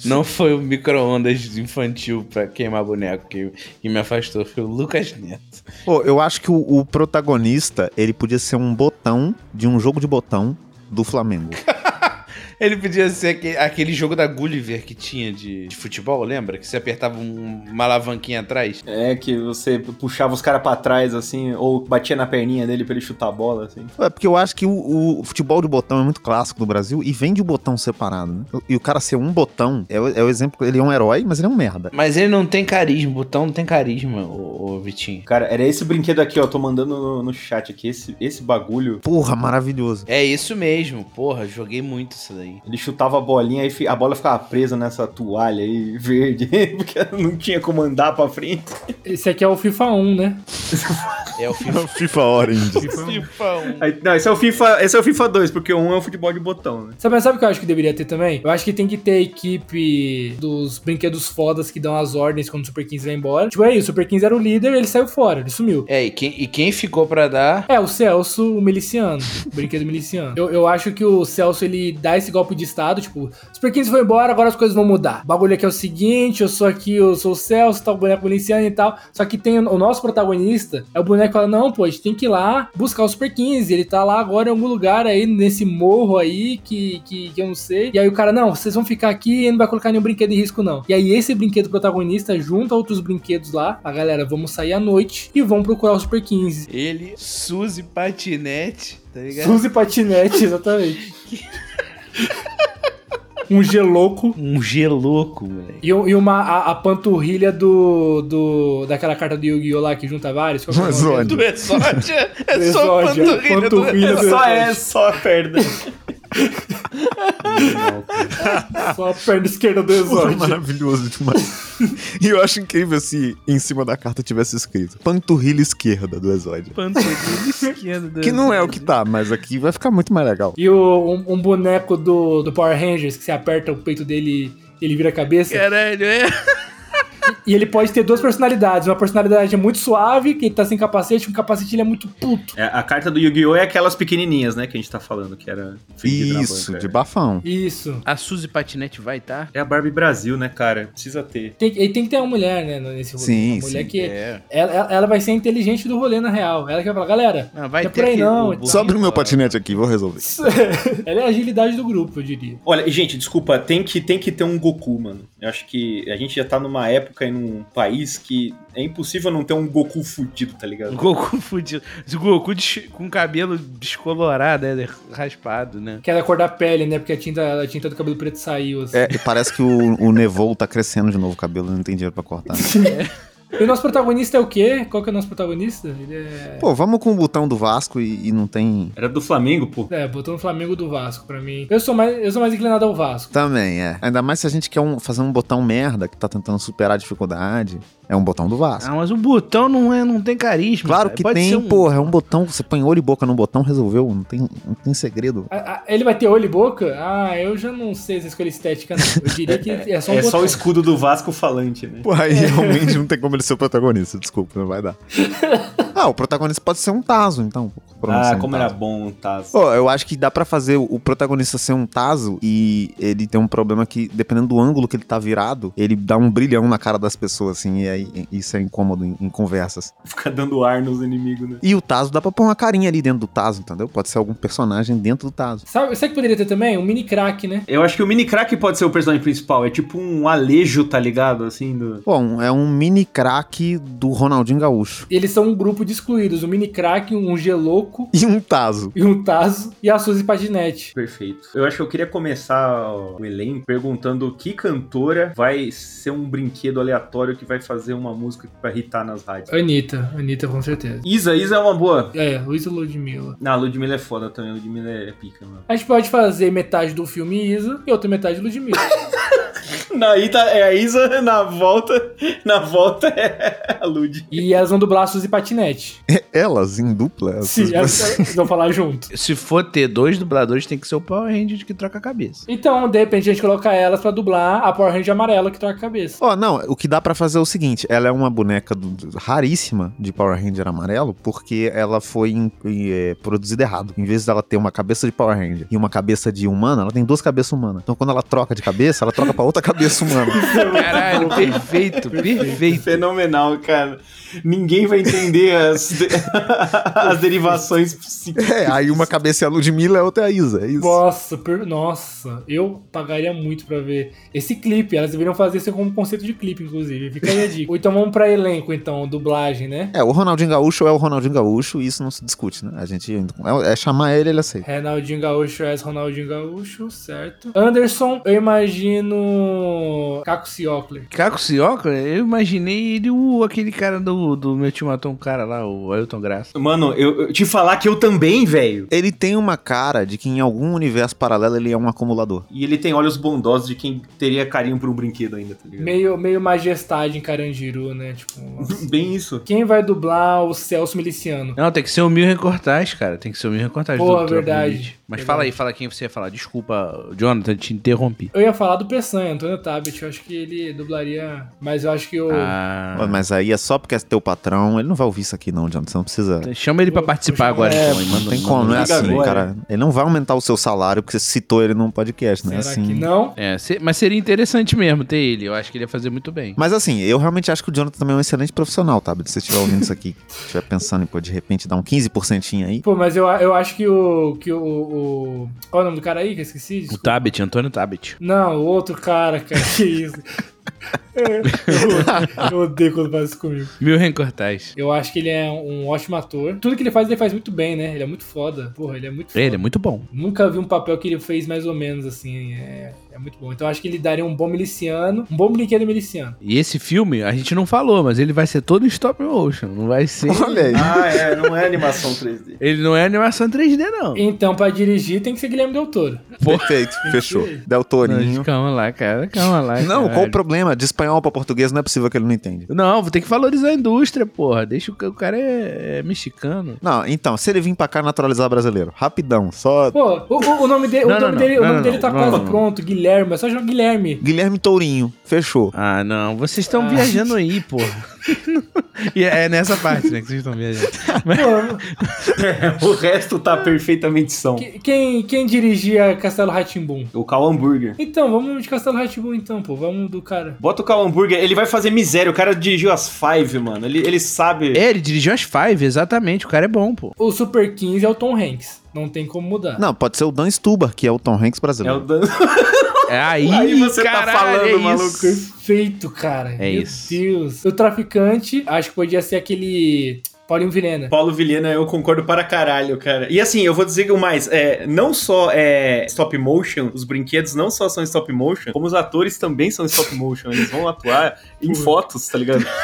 não foi o micro-ondas infantil pra queimar boneco que, que me afastou, foi o Lucas Neto.
Pô, eu acho que o, o protagonista, ele podia ser um botão de um jogo de botão do Flamengo.
Ele podia ser aque- aquele, jogo da Gulliver que tinha de, de futebol, lembra? Que você apertava um- uma alavanquinha atrás.
É, que você puxava os caras pra trás, assim, ou batia na perninha dele pra ele chutar a bola, assim.
É porque eu acho que o, o futebol de botão é muito clássico do Brasil e vem de um botão separado, né? E o cara ser um botão é, o- é o exemplo. Ele é um herói, mas ele é um merda.
Mas ele não tem carisma, o botão não tem carisma, ô, ô Vitinho.
Cara, era esse brinquedo aqui, ó. Tô mandando no, no chat aqui. Esse, esse bagulho.
Porra, maravilhoso.
É isso mesmo, porra, joguei muito isso daí.
Ele chutava a bolinha e a bola ficava presa nessa toalha aí verde, porque não tinha como andar pra frente.
Esse aqui é o FIFA 1, né?
É o FIFA.
FIFA Orange.
FIFA um.
Aí- não, esse é o FIFA, esse é o FIFA 2, porque um é o futebol de botão, né?
Sabe, sabe o que eu acho que deveria ter também? Eu acho que tem que ter a equipe dos brinquedos fodas que dão as ordens quando o Super 15 vai embora. Tipo, aí, o Super 15 era o líder, ele saiu fora, ele sumiu.
É, e quem, e quem ficou pra dar
É, o Celso, o miliciano. O brinquedo miliciano. Eu, eu acho que o Celso, ele dá esse golpe de estado, tipo, Super 15 foi embora, agora as coisas vão mudar. O bagulho aqui é o tá seguinte, eu sou aqui, eu sou o Celso, tal, boneco miliciano e tal. Só que tem o, o nosso protagonista, é o boneco e fala: Não, pô, a gente tem que ir lá buscar o Super 15. Ele tá lá agora em algum lugar aí, nesse morro aí, que, que, que eu não sei. E aí o cara, não, vocês vão ficar aqui e não vai colocar nenhum brinquedo em risco, não. E aí esse brinquedo protagonista junta outros brinquedos lá. A galera, vamos sair à noite e vão procurar o Super 15.
Ele, Suzy Patinete, tá ligado?
Suzy Patinete, exatamente. um geloco.
Um geloco, moleque.
E, um- e uma, a, a panturrilha do, do. daquela carta do Yu-Gi-Oh! lá que junta vários. qual que é o nome
Zone.
dele?
Do Exódia, é só
Exódia,
panturrilha do
panturrilha do-
Só é, só a perna.
Só a perna esquerda do
Foi
exódio.
maravilhoso demais. e eu acho incrível se em cima da carta tivesse escrito panturrilha esquerda do Exódio.
Panturrilha esquerda do
Que não é o que tá, mas aqui vai ficar muito mais legal.
E o, um, um boneco do, do Power Rangers que você aperta o peito dele e ele vira a cabeça.
Caralho, é.
E ele pode ter duas personalidades. Uma personalidade é muito suave, que ele tá sem capacete, um capacete ele é muito puto.
É, a carta do Yu-Gi-Oh! é aquelas pequenininhas, né? Que a gente tá falando, que era vendida na
Isso,
banca,
de
é.
bafão.
Isso.
A Suzy Patinete vai tá?
É a Barbie Brasil, né, cara? Precisa ter.
Tem, e tem que ter uma mulher, né, no- nesse rolê.
Sim,
uma mulher
sim.
É.
que. Ela, ela- ela vai ser a inteligente do rolê, na real. Ela que vai falar, galera.
Não, vai
Não é
ter
por aí
aquele-
não,
o
então.
bolinho
Sobre o meu
lá.
patinete aqui, vou resolver.
ela é a agilidade do grupo, eu diria.
Olha, e, gente, desculpa, tem que, tem que ter um Goku, mano. Eu acho que a gente já tá numa época e num país que é impossível não ter um Goku fudido, tá
O
ligado?
Goku fudido. O Goku de- com cabelo descolorado, é, raspado, né?
Que é da cor da pele, né? Porque a tinta, a tinta do cabelo preto saiu, assim.
É, e parece que o, o Nevou tá crescendo de novo o cabelo, não tem dinheiro pra cortar. né?
E o nosso protagonista é o quê? Qual que é o nosso protagonista? Ele é...
Pô, vamos com o botão do Vasco e, e não tem.
Era do Flamengo, pô.
É, botou no Flamengo do Vasco pra mim. Eu sou mais, eu sou mais inclinado ao Vasco.
Também, é. Ainda mais se a gente quer um- fazer um botão merda que tá tentando superar a dificuldade. É um botão do Vasco.
Ah, mas o botão não, é, não tem carisma.
Claro
cara.
que
Pode
tem,
ser um-
porra. É um botão. Você põe olho e boca no botão, resolveu. Não tem, não tem segredo.
A- a- ele vai ter olho e boca? Ah, eu já não sei se a escolha estética não. Eu diria que é só um
é só
botão.
o escudo do Vasco falante, né?
Pô,
É.
aí realmente não tem como ele ser o protagonista. Desculpa, não vai dar. ah, o protagonista pode ser um Tazo, então. Por não ser
Ah,
um
como
Tazo.
era bom, tá?
Pô, eu acho que dá pra fazer o- o protagonista ser um Tazo e ele tem um problema que, dependendo do ângulo que ele tá virado, ele dá um brilhão na cara das pessoas, assim, e aí e- isso é incômodo em, em conversas.
Ficar dando ar nos inimigos, né?
E o Tazo dá pra pôr uma carinha ali dentro do Tazo, entendeu? Pode ser algum personagem dentro do Tazo.
Sabe, sabe que poderia ter também? Um mini crack, né?
Eu acho que o Mini Crack pode ser o personagem principal. É tipo um alejo, tá ligado? Assim, do...
Pô, um- é um mini craque do Ronaldinho Gaúcho.
Eles são um grupo de excluídos. Um mini crack, um geloco
E um Tazo.
e um taso e a Suzy Patinete.
Perfeito. Eu acho que eu queria começar o elenco perguntando que cantora vai ser um brinquedo aleatório que vai fazer uma música pra hitar nas rádios.
Anitta. Anitta, com certeza.
Isa, Isa é uma boa.
É, Luísa Ludmilla.
Não, a Ludmilla é foda também, a Ludmilla é pica, mano.
A gente pode fazer metade do filme Isa e outra metade Ludmilla.
Na ita, é a Isa, na volta, na volta é a Lud.
E elas vão dublar Suzy Patinete.
Elas em dupla. essas
Sim, é elas,
pessoas.
elas vão falar junto.
Se for ter dois dubladores, tem que ser o Power Ranger que troca a cabeça.
Então, de repente, a gente coloca elas pra dublar a Power Ranger amarela que troca a cabeça.
Ó, não, o que dá pra fazer é o seguinte: ela é uma boneca do- do- raríssima de Power Ranger amarelo, porque ela foi em- em, é, produzida errado. Em vez dela ter uma cabeça de Power Ranger e uma cabeça de humana, ela tem duas cabeças humanas. Então quando ela troca de cabeça, ela troca pra outra cabeça humana.
Caralho, perfeito, perfeito.
Fenomenal, cara. Ninguém vai entender as, de- as derivações psíquicas.
É, aí uma cabeça é a Ludmilla, a outra é a Isa. É isso.
Nossa, per- nossa, eu pagaria muito pra ver esse clipe. Elas deveriam fazer isso como conceito de clipe, inclusive. Fica aí a dica. Ou então vamos pra elenco, então, dublagem, né?
É, o Ronaldinho Gaúcho é o Ronaldinho Gaúcho e isso não se discute, né? A gente. É, é chamar ele, ele aceita.
Renaldinho Gaúcho é Ronaldinho Gaúcho, certo? Anderson, eu imagino. Caco Ciocler.
Caco Cioca, eu imaginei ele o aquele cara do, do meu time matou um cara lá, o Ailton Graça.
Mano, eu, eu te falar que eu também, velho.
Ele tem uma cara de que em algum universo paralelo ele é um acumulador.
E ele tem olhos bondosos de quem teria carinho por um brinquedo ainda, tá ligado?
Meio, meio majestade em Carandiru, né? Tipo. nossa.
Bem isso.
Quem vai dublar o Celso Miliciano?
Não, tem que ser o Mil Recortais, cara. Tem que ser o Mil Recortais. Tropa
Porra,
de
verdade.
Elite. Mas
Verdade.
fala aí, fala quem você ia falar. Desculpa, Jonathan, te interrompi.
Eu ia falar do Peçanha, Antônio Studio Tablet, eu acho que ele dublaria. Mas eu acho que o.
Ó,
Ah,
Mas aí é só porque é teu patrão. Ele não vai ouvir isso aqui, não, Jonathan. Você não precisa.
chama ele pra
Vou-
participar
vou
agora. então,
chamar-
e manda-
é, Não tem
manda-
como, não é
liga
assim,
agora.
cara. Ele não vai aumentar o seu salário porque você citou ele num podcast, não é
será
assim.
que não?
É, se- mas seria interessante mesmo ter ele. Eu acho que ele ia fazer muito bem.
Mas assim, eu realmente acho que o Jonathan também é um excelente profissional, tá? Se você estiver ouvindo isso aqui, estiver pensando em, pô, de repente dar um 15% aí.
Pô, mas eu, eu acho que o. que o, o- Qual é o nome do cara aí que eu esqueci?
O
Desculpa.
Tabit, Antônio Tabit.
Não, o outro cara, cara, que isso. eu, eu odeio quando faz isso comigo.
Mil rencortais.
Eu acho que ele é um ótimo ator. Tudo que ele faz, ele faz muito bem, né? Ele é muito foda. Porra, ele é muito foda.
Ele é muito bom.
Nunca vi um papel que ele fez mais ou menos assim. É, é muito bom. Então eu acho que ele daria um bom miliciano, um bom brinquedo miliciano.
E esse filme, a gente não falou, mas ele vai ser todo em stop motion. Não vai ser.
Olha aí.
Ah, é, não é animação 3D.
Ele não é animação 3D, não.
Então, pra dirigir, tem que ser Guilherme Del Toro.
Perfeito, fechou. Del Torinho.
Não, calma lá, cara. Calma lá.
Não,
caralho.
qual o problema? De espanhol pra português não é possível que ele não entende.
Não, vou ter que valorizar a indústria, porra. Deixa o, ca- o cara é, é mexicano.
Não, então, se ele vir pra cá naturalizar brasileiro, rapidão, só.
Pô, o, o- o nome dele,
Não,
o
não,
nome
não.
dele, o
Não,
nome
não,
dele
não.
tá
Não,
quase
não, não.
pronto. Guilherme, é só jogar Guilherme.
Guilherme Tourinho, fechou.
Ah, não. Vocês estão
Ah.
viajando aí, porra. e é é nessa parte, né, que vocês estão viajando.
Pô,
O resto tá perfeitamente são.
que- quem, quem dirigia Castelo Ratimbum?
O Cal Hambúrguer.
Então, vamos de Castelo Ratimbum então, pô. Vamos do cara.
Bota o Cal Hambúrguer, ele vai fazer miséria. O cara dirigiu as Five, mano. Ele, ele sabe.
É, ele dirigiu as Five, exatamente. O cara é bom, pô.
O Super 15 é o Tom Hanks. Não tem como mudar.
Não, pode ser o Dan Stuber, que é o Tom Hanks
É o
brasileiro.
Dan...
É aí,
Aí você tá
caralho,
falando,
é
maluco.
isso.
Perfeito, cara.
É
Meu
isso.
Deus. O traficante, acho que podia ser aquele Paulinho Vilhena.
Paulo Vilhena, eu concordo para caralho, cara. E assim, eu vou dizer o mais, é, não só é stop motion, os brinquedos não só são stop motion, como os atores também são stop motion, eles vão atuar em fotos, tá ligado?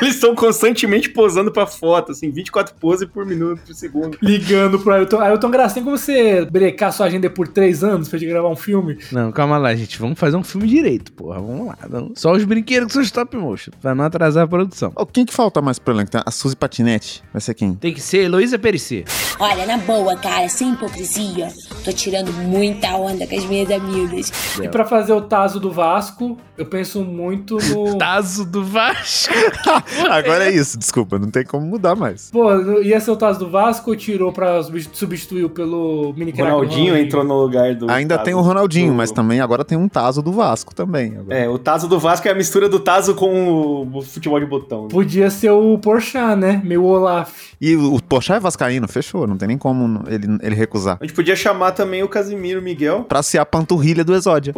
Eles estão constantemente posando pra foto, assim, 24 poses por minuto, por segundo.
Ligando pro Ailton. Ailton Graça, tem como você brecar sua agenda por três anos pra gente gravar um filme?
Não, calma lá, gente. Vamos fazer um filme direito, porra. Vamos lá. Não- Só os brinquedos que são stop motion, pra não atrasar a produção.
Ó, quem que falta mais pro elenco? Tem A Suzy Patinete? Vai ser quem?
Tem que ser Heloísa Perecer.
Olha, na boa, cara, sem hipocrisia. Tô tirando muita onda com as minhas amigas.
É.
E pra fazer o Taso do Vasco, eu penso muito no.
Tá.
Tazo do Vasco.
Agora é isso, desculpa, não tem como mudar mais.
Pô, no- ia ser o Taso do Vasco ou tirou pra substitu- substituir pelo mini crack
Ronaldinho entrou no lugar do.
Ainda
Tazo.
tem o Ronaldinho,
do-
mas também agora tem um Taso do Vasco também. agora.
É, o Tazo do Vasco é a mistura do Tazo com o futebol de botão. né?
Podia ser o Porchat, né? Meu Olaf.
E o o Porchat é vascaíno, fechou, não tem nem como ele, ele recusar.
A gente podia chamar também o Casimiro Miguel.
Pra ser a panturrilha do Exódia.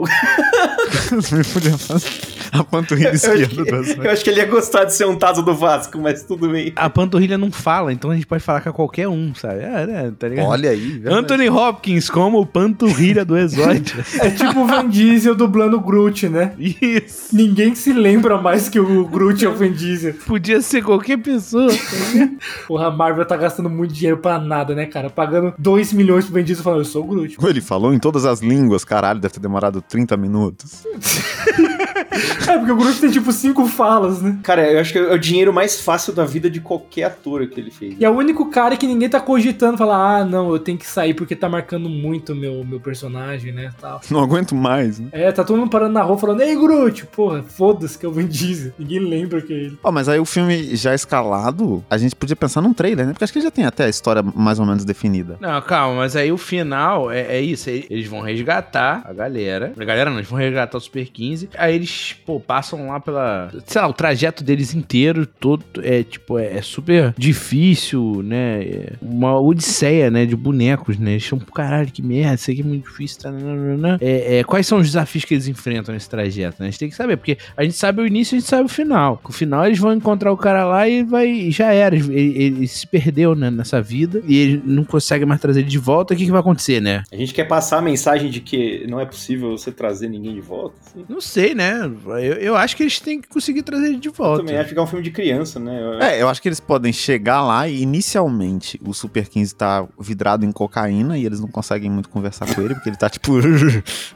Me podia fazer a panturrilha esquerda do Exódia.
Eu acho que ele ia gostar de ser um Tazo do Vasco, mas tudo bem.
A panturrilha não fala, então a gente pode falar com qualquer um, sabe? É, né? Tá ligado?
Olha aí, velho.
Anthony Hopkins como o panturrilha do Exódio.
É tipo o Van Diesel dublando o Groot, né?
Isso.
Ninguém se lembra mais que o Groot é o Van Diesel.
Podia ser qualquer pessoa.
Porra, a Marvel tá gastando muito dinheiro pra nada, né, cara? Pagando 2 milhões pro Van Diesel falando, eu sou o Groot.
Ele falou em todas as línguas, caralho, deve ter demorado 30 minutos.
É, porque o Groot tem tipo cinco falas, né?
Cara, eu acho que é o dinheiro mais fácil da vida de qualquer ator que ele fez.
E é o único cara que ninguém tá cogitando, falar, ah, não, eu tenho que sair porque tá marcando muito meu, meu personagem, né, tal.
Não aguento mais, né?
É, tá todo mundo parando na rua falando, ei, Groot, porra, foda-se que é o Van Diesel. Ninguém lembra que é ele.
Ó, mas aí o filme já escalado, a gente podia pensar num trailer, né? Porque acho que já tem até a história mais ou menos definida.
Não, calma, mas aí o final é, é isso. aí Eles vão resgatar a galera. A galera não, eles vão resgatar o Super 15. Aí eles, pô, passam lá pela. Sei lá, o trajeto deles inteiro, todo. É tipo, é, é super difícil, né? É uma odisseia, né? De bonecos, né? Eles estão, caralho, que merda, isso aqui é muito difícil. Tá, nananana." É, é, quais são os desafios que eles enfrentam nesse trajeto, né? A gente tem que saber, porque a gente sabe o início e a gente sabe o final. O final eles vão encontrar o cara lá e vai e já era. Ele, ele se perdeu né, nessa vida e ele não consegue mais trazer ele de volta. O que, que vai acontecer, né?
A gente quer passar a mensagem de que não é possível você trazer ninguém de volta. assim.
Não sei, né? Eu, eu acho que eles têm que conseguir trazer ele de
Eu
volta.
também acho que é um filme de criança, né? Eu-
É, eu acho que eles podem chegar lá e inicialmente o Super 15 tá vidrado em cocaína e eles não conseguem muito conversar com ele, porque ele tá tipo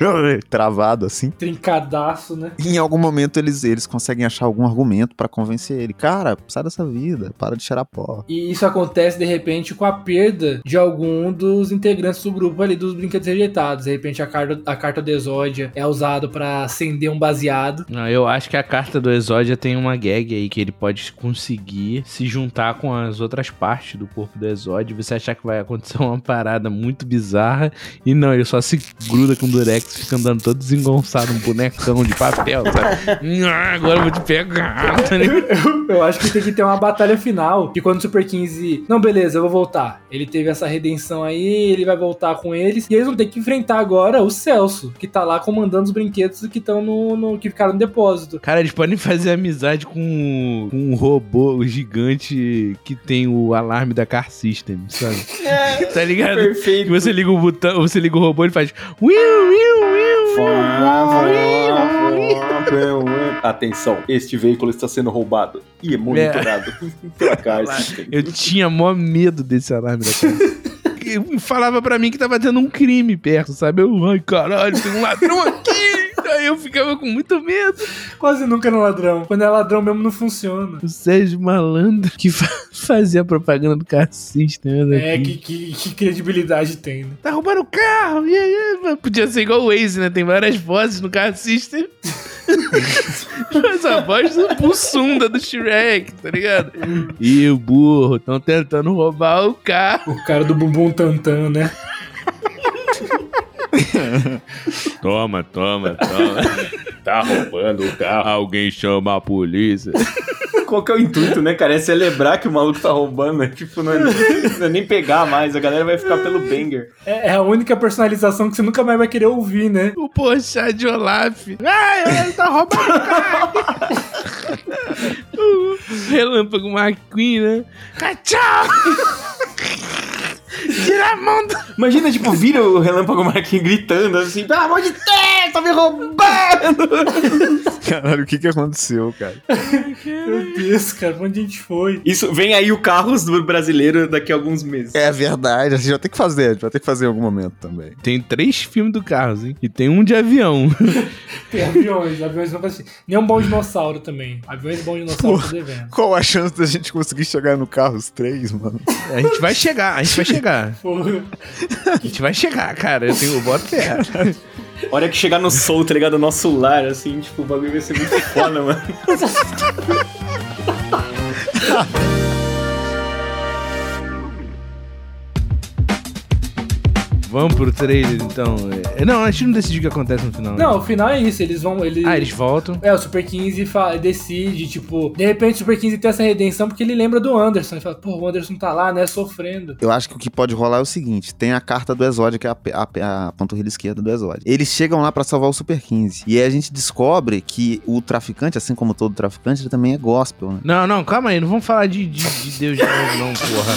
travado assim.
Trincadaço, né?
E em algum momento eles, eles conseguem achar algum argumento pra convencer ele. Cara, sai dessa vida, para de cheirar pó.
E isso acontece de repente com a perda de algum dos integrantes do grupo ali dos brinquedos rejeitados. De repente a carta, a carta do Exódia é usada pra acender um baseado.
Não, Ah, eu acho que a carta do Exódia tem uma gag aí que ele pode conseguir se juntar com as outras partes do corpo do Exódia. Você achar que vai acontecer uma parada muito bizarra e não, ele só se gruda com o Durex, fica andando todo desengonçado, um bonecão de papel, sabe? Nha, Agora eu vou te pegar. tá ligado?
Eu acho que tem que ter uma batalha final. Que quando o Super 15. Não, beleza, eu vou voltar. Ele teve essa redenção aí, ele vai voltar com eles. E eles vão ter que enfrentar agora o Celso, que tá lá comandando os brinquedos que estão no, no- que ficaram no depósito.
Cara, eles podem fazer amizade com, com um robô gigante que tem o alarme da Car System, sabe?
É,
Tá ligado?
perfeito.
Que você liga o botão, você liga o robô e ele faz. Wiu, wiu, wiu,
Fá, fá,
wiu, wiu.
fá, fá, fá. Atenção, este veículo está sendo roubado e é monitorado
É.
pela caixa.
Eu tinha mó medo desse alarme da casa. E falava pra mim que tava tendo um crime perto, sabe? Eu, ai caralho, tem um ladrão aqui! Aí eu ficava com muito medo.
Quase nunca no ladrão. Quando é ladrão mesmo não funciona.
O Sérgio Malandro que fa- fazia propaganda do carcista. né,
É, que, que, que credibilidade tem, né?
Tá roubando o carro! e aí, mas Podia ser igual o Waze, né? Tem várias vozes no carcista. Mas a voz do Bussunda do Shrek, tá ligado? E o burro, estão tentando roubar o carro.
O cara do bumbum tantan, né?
Toma, toma, toma. tá roubando o carro. Alguém chama a polícia.
Qual que é o intuito, né, cara? É celebrar que o maluco tá roubando, né? Tipo, não é, não é nem pegar mais, a galera vai ficar pelo banger.
É, é a única personalização que você nunca mais vai querer ouvir, né?
O Porchat de Olaf. Ai, ele tá roubando o carro. O Relâmpago McQueen, né? Ah, Tchau! Tira a mão do...
Imagina, tipo, vira o Relâmpago Marquinhos gritando assim, pelo amor de Deus, tá me roubando!
Caralho, o que que aconteceu, cara?
Meu Deus, cara, onde a gente foi?
Isso, vem aí o Carros do Brasileiro daqui a alguns meses.
É verdade, a gente vai ter que fazer, a gente vai ter que fazer em algum momento também.
Tem três filmes do Carros, hein? E tem um de avião.
Tem aviões, aviões nunca assisti. Nem um bom dinossauro também. Aviões e bom dinossauro, tô devendo.
Qual a chance da gente conseguir chegar no Carros 3, mano?
A gente vai chegar, a gente vai chegar.
Pô,
A gente vai chegar, cara. Eu tenho boto fé.
A hora que chegar no sol, tá ligado? Nosso lar, assim, tipo, o bagulho vai ser muito foda, mano.
Vamos pro trailer, então. É, Não, a gente não decide o que acontece no final. né?
Não, o final é isso, eles vão. Eles...
Ah, eles voltam.
É, o Super 15 fa- decide, tipo, de repente o Super 15 tem essa redenção porque ele lembra do Anderson. Ele fala, pô, o Anderson tá lá, né, sofrendo.
Eu acho que o que pode rolar é o seguinte: tem a carta do Exódio, que é a, pe- a pe- a panturrilha esquerda do Exódio. Eles chegam lá pra salvar o Super 15. E aí a gente descobre que o traficante, assim como todo traficante, ele também é gospel, né?
Não, não, calma aí. Não vamos falar de, de, de Deus de novo, não, porra.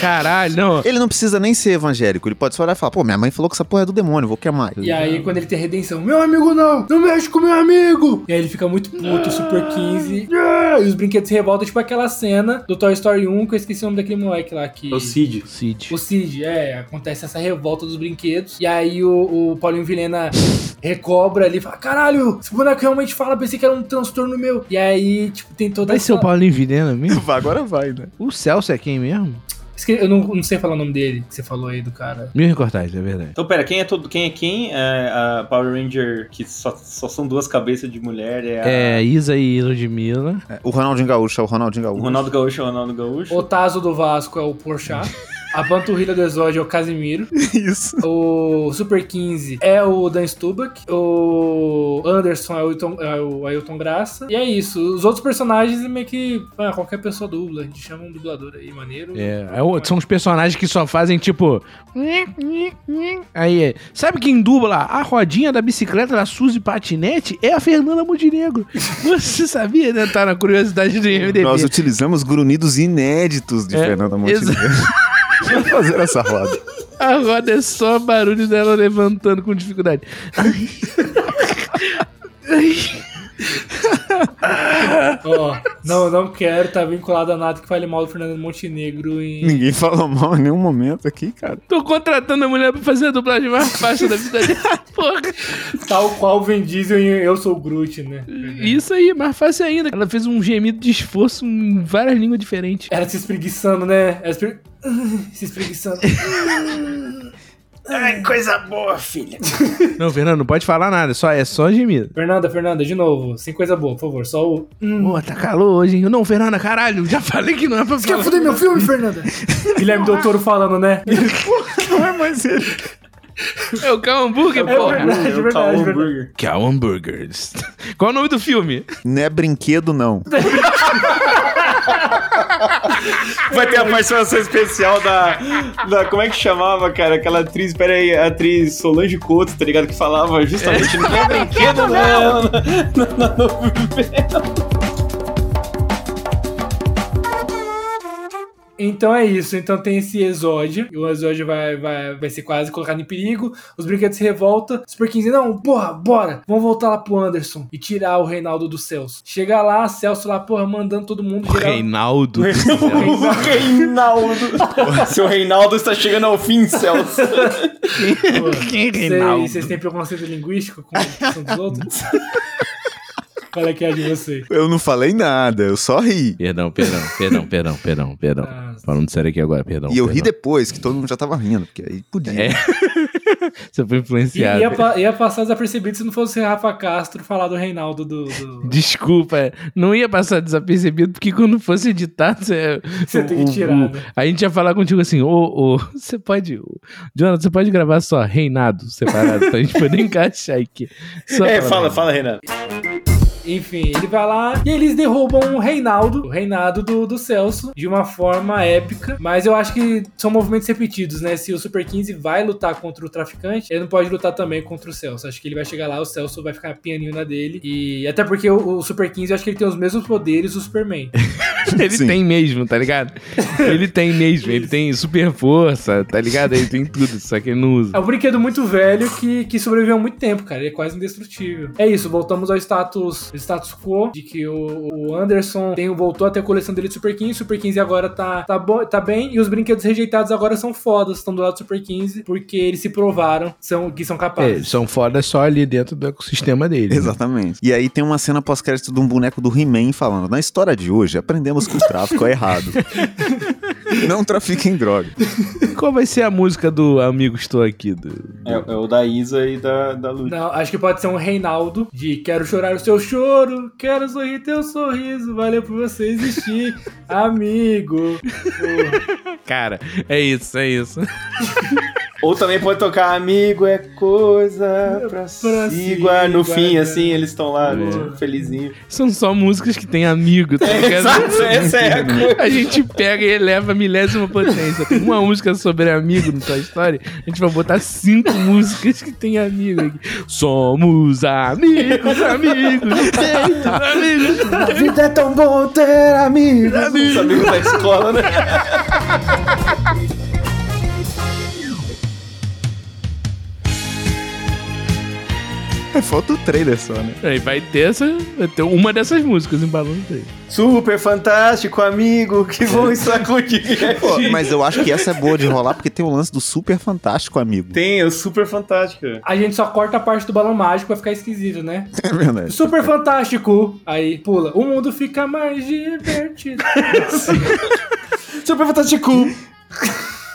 Caralho, não.
Ele não precisa nem ser evangélico, ele pode só olhar e falar: pô, minha mãe falou que essa porra é do demônio, vou queimar. É,
E aí, quando ele tem redenção, meu amigo não, não mexe com meu amigo. E aí ele fica muito puto, Super 15. "Ah!" E os brinquedos se revoltam, tipo aquela cena do Toy Story 1, que eu esqueci o nome daquele moleque lá que...
É O Cid.
Cid.
O Cid, é, acontece essa revolta dos brinquedos. E aí o, o Paulinho Vilhena recobra ali e fala: Caralho, esse boneco realmente fala, pensei que era um transtorno meu. E aí, tipo, tem toda
Vai ser o Paulinho Vilhena mesmo?
Agora vai, né?
O Celso é quem mesmo?
Esque- Eu não, não sei falar o nome dele, que você falou aí do cara.
Mil recortagens, é verdade.
Então, pera, quem é todo. Quem é quem? É a Power Ranger, que só, só são duas cabeças de mulher, é, a-
É, Isa e Ludmilla.
É, o Ronaldinho Gaúcho, é o Ronaldinho
o
Gaúcho.
Ronaldo Gaúcho é o Ronaldo Gaúcho.
O Tazo do Vasco é o Porchat. A panturrilha do Exódio é o Casimiro.
Isso.
O Super 15 é o Dan Stubach. O Anderson é o, Ailton, é o Ailton Graça. E é isso. Os outros personagens meio que. ah, qualquer pessoa dubla. A gente chama um dublador aí, maneiro.
É, é o- são os personagens que só fazem tipo. Aí, é. sabe quem dubla a rodinha da bicicleta da Suzy Patinete? É a Fernanda Montenegro. Você sabia, né? Tá na curiosidade do IMDB.
Nós utilizamos grunhidos inéditos de
É,
Fernanda Montenegro. Vamos fazer essa roda.
A roda é só barulho dela levantando com dificuldade. Ai. Ai.
Ó, não, não quero tá vinculado a nada que fale mal do Fernando Montenegro em.
Ninguém falou mal em nenhum momento aqui, cara.
Tô contratando a mulher pra fazer a dublagem mais fácil da vida dela. Porra.
Tal qual Vin Diesel em Eu Sou Groot, né?
Isso aí, mais fácil ainda. Ela fez um gemido de esforço em várias línguas diferentes.
Ela se espreguiçando, né? Ela se, espreguiçando. se espreguiçando.
Ai, coisa boa, filha.
Não, Fernando, não pode falar nada. Só, é só gemido.
Fernanda, Fernanda, de novo, sem coisa boa, por favor. Só o.
Pô, tá calor hoje, hein? Não, Fernanda, caralho, já falei que não é pra
Você quer
falar.
foder meu filme, Fernanda? Guilherme Del Toro falando, né?
Não é mais ele.
É o Cal Hambúrguer,
É
porra.
verdade,
Eu
verdade,
tá
verdade.
hambúrguer.
Cal Hamburgers. Qual é o nome do filme?
Não é brinquedo, não.
Vai ter a participação especial da, da. Como é que chamava, cara? Aquela atriz, pera aí, a atriz Solange Couto, tá ligado? Que falava justamente. Não é brinquedo, não!
Então é isso. Então tem esse Exódio. E o Exódio vai, vai, vai ser quase colocado em perigo. Os brinquedos se revoltam. Super 15, não, porra, bora. Vamos voltar lá pro Anderson e tirar o Reinaldo do Celso. Chega lá, Celso lá, porra, mandando todo mundo. geral-
Reinaldo.
O Reinaldo. Seu Reinaldo está chegando ao fim, Celso.
Pô,
Quem é
cê-
Reinaldo?
Vocês têm preconceito linguístico com a opção dos outros? Qual é que é a de vocês?
Eu não falei nada, eu só ri.
Perdão, perdão, perdão, perdão, perdão, perdão.
Ah,
Falando sério aqui agora, perdão.
E eu ri
perdão.
depois, que todo mundo já tava rindo, porque aí podia. né?
É. Você foi
E- Ia,
influenciado.
pa- ia passar desapercebido se não fosse Rafa Castro falar do Reinaldo do. do-
Desculpa, é. não ia passar desapercebido, porque quando fosse editado, você,
Você tem que
o-
tirar,
o-
né?
a gente ia falar contigo assim, ô, ô, você pode. ô, Jonathan, você pode gravar só Reinado separado, pra gente poder encaixar aqui. Só
É,
pra-
fala, fala, Renan.
Enfim, ele vai lá e eles derrubam o Reinaldo, o Reinaldo do, do Celso, de uma forma épica. Mas eu acho que são movimentos repetidos, né? Se o Super 15 vai lutar contra o traficante, ele não pode lutar também contra o Celso. Acho que ele vai chegar lá, o Celso vai ficar pianinho na dele. E até porque o, o Super 15, eu acho que ele tem os mesmos poderes do Superman.
Ele
Sim.
tem mesmo, tá ligado? Ele tem mesmo, ele tem super força, tá ligado? Ele tem tudo, só que ele não usa.
É um brinquedo muito velho que, que sobreviveu há muito tempo, cara. Ele é quase indestrutível. É isso, voltamos ao status, status quo de que o, o Anderson tem, voltou até a coleção dele de Super 15. Super 15 agora tá, tá, bo- tá bem. E os brinquedos rejeitados agora são fodas, estão do lado do Super 15, porque eles se provaram são, que são
É,
capazes.
são fodas só ali dentro do ecossistema dele. né?
Exatamente. E aí tem uma cena pós-crédito de um boneco do He-Man falando: Na história de hoje, aprendemos que o tráfico é errado. Não trafiquem droga.
Qual vai ser a música do Amigo Estou Aqui? do-
É, é o da Isa e da, da Lu.
Não, acho que pode ser um Reinaldo de quero chorar o seu choro, quero sorrir teu sorriso, valeu por você existir, amigo.
Cara, é isso, é isso.
Ou também pode tocar Amigo é coisa pra
Pra se
ciguar. No fim,
guardar.
assim, eles estão lá,
É.
felizinho.
São só músicas que tem amigo, tá ligado?
Exato, essa é a coisa.
A gente pega e eleva a milésima potência. Tem uma música sobre amigo no Toy Story, a gente vai botar cinco músicas que tem amigo aqui. Somos amigos, amigos, amigos, amigos.
A vida é tão bom ter amigo.
Os amigos da escola, né?
É falta o trailer só, né?
Aí vai ter, essa, vai ter uma dessas músicas em balão dele.
Super fantástico, amigo, que bom estar contigo.
Pô, mas eu acho que essa é boa de rolar porque tem o lance do super fantástico amigo.
Tem, o Super Fantástico.
A gente só corta a parte do balão mágico pra ficar esquisito, né?
É verdade.
Super fantástico! Aí pula. O mundo fica mais divertido.
Super Fantástico.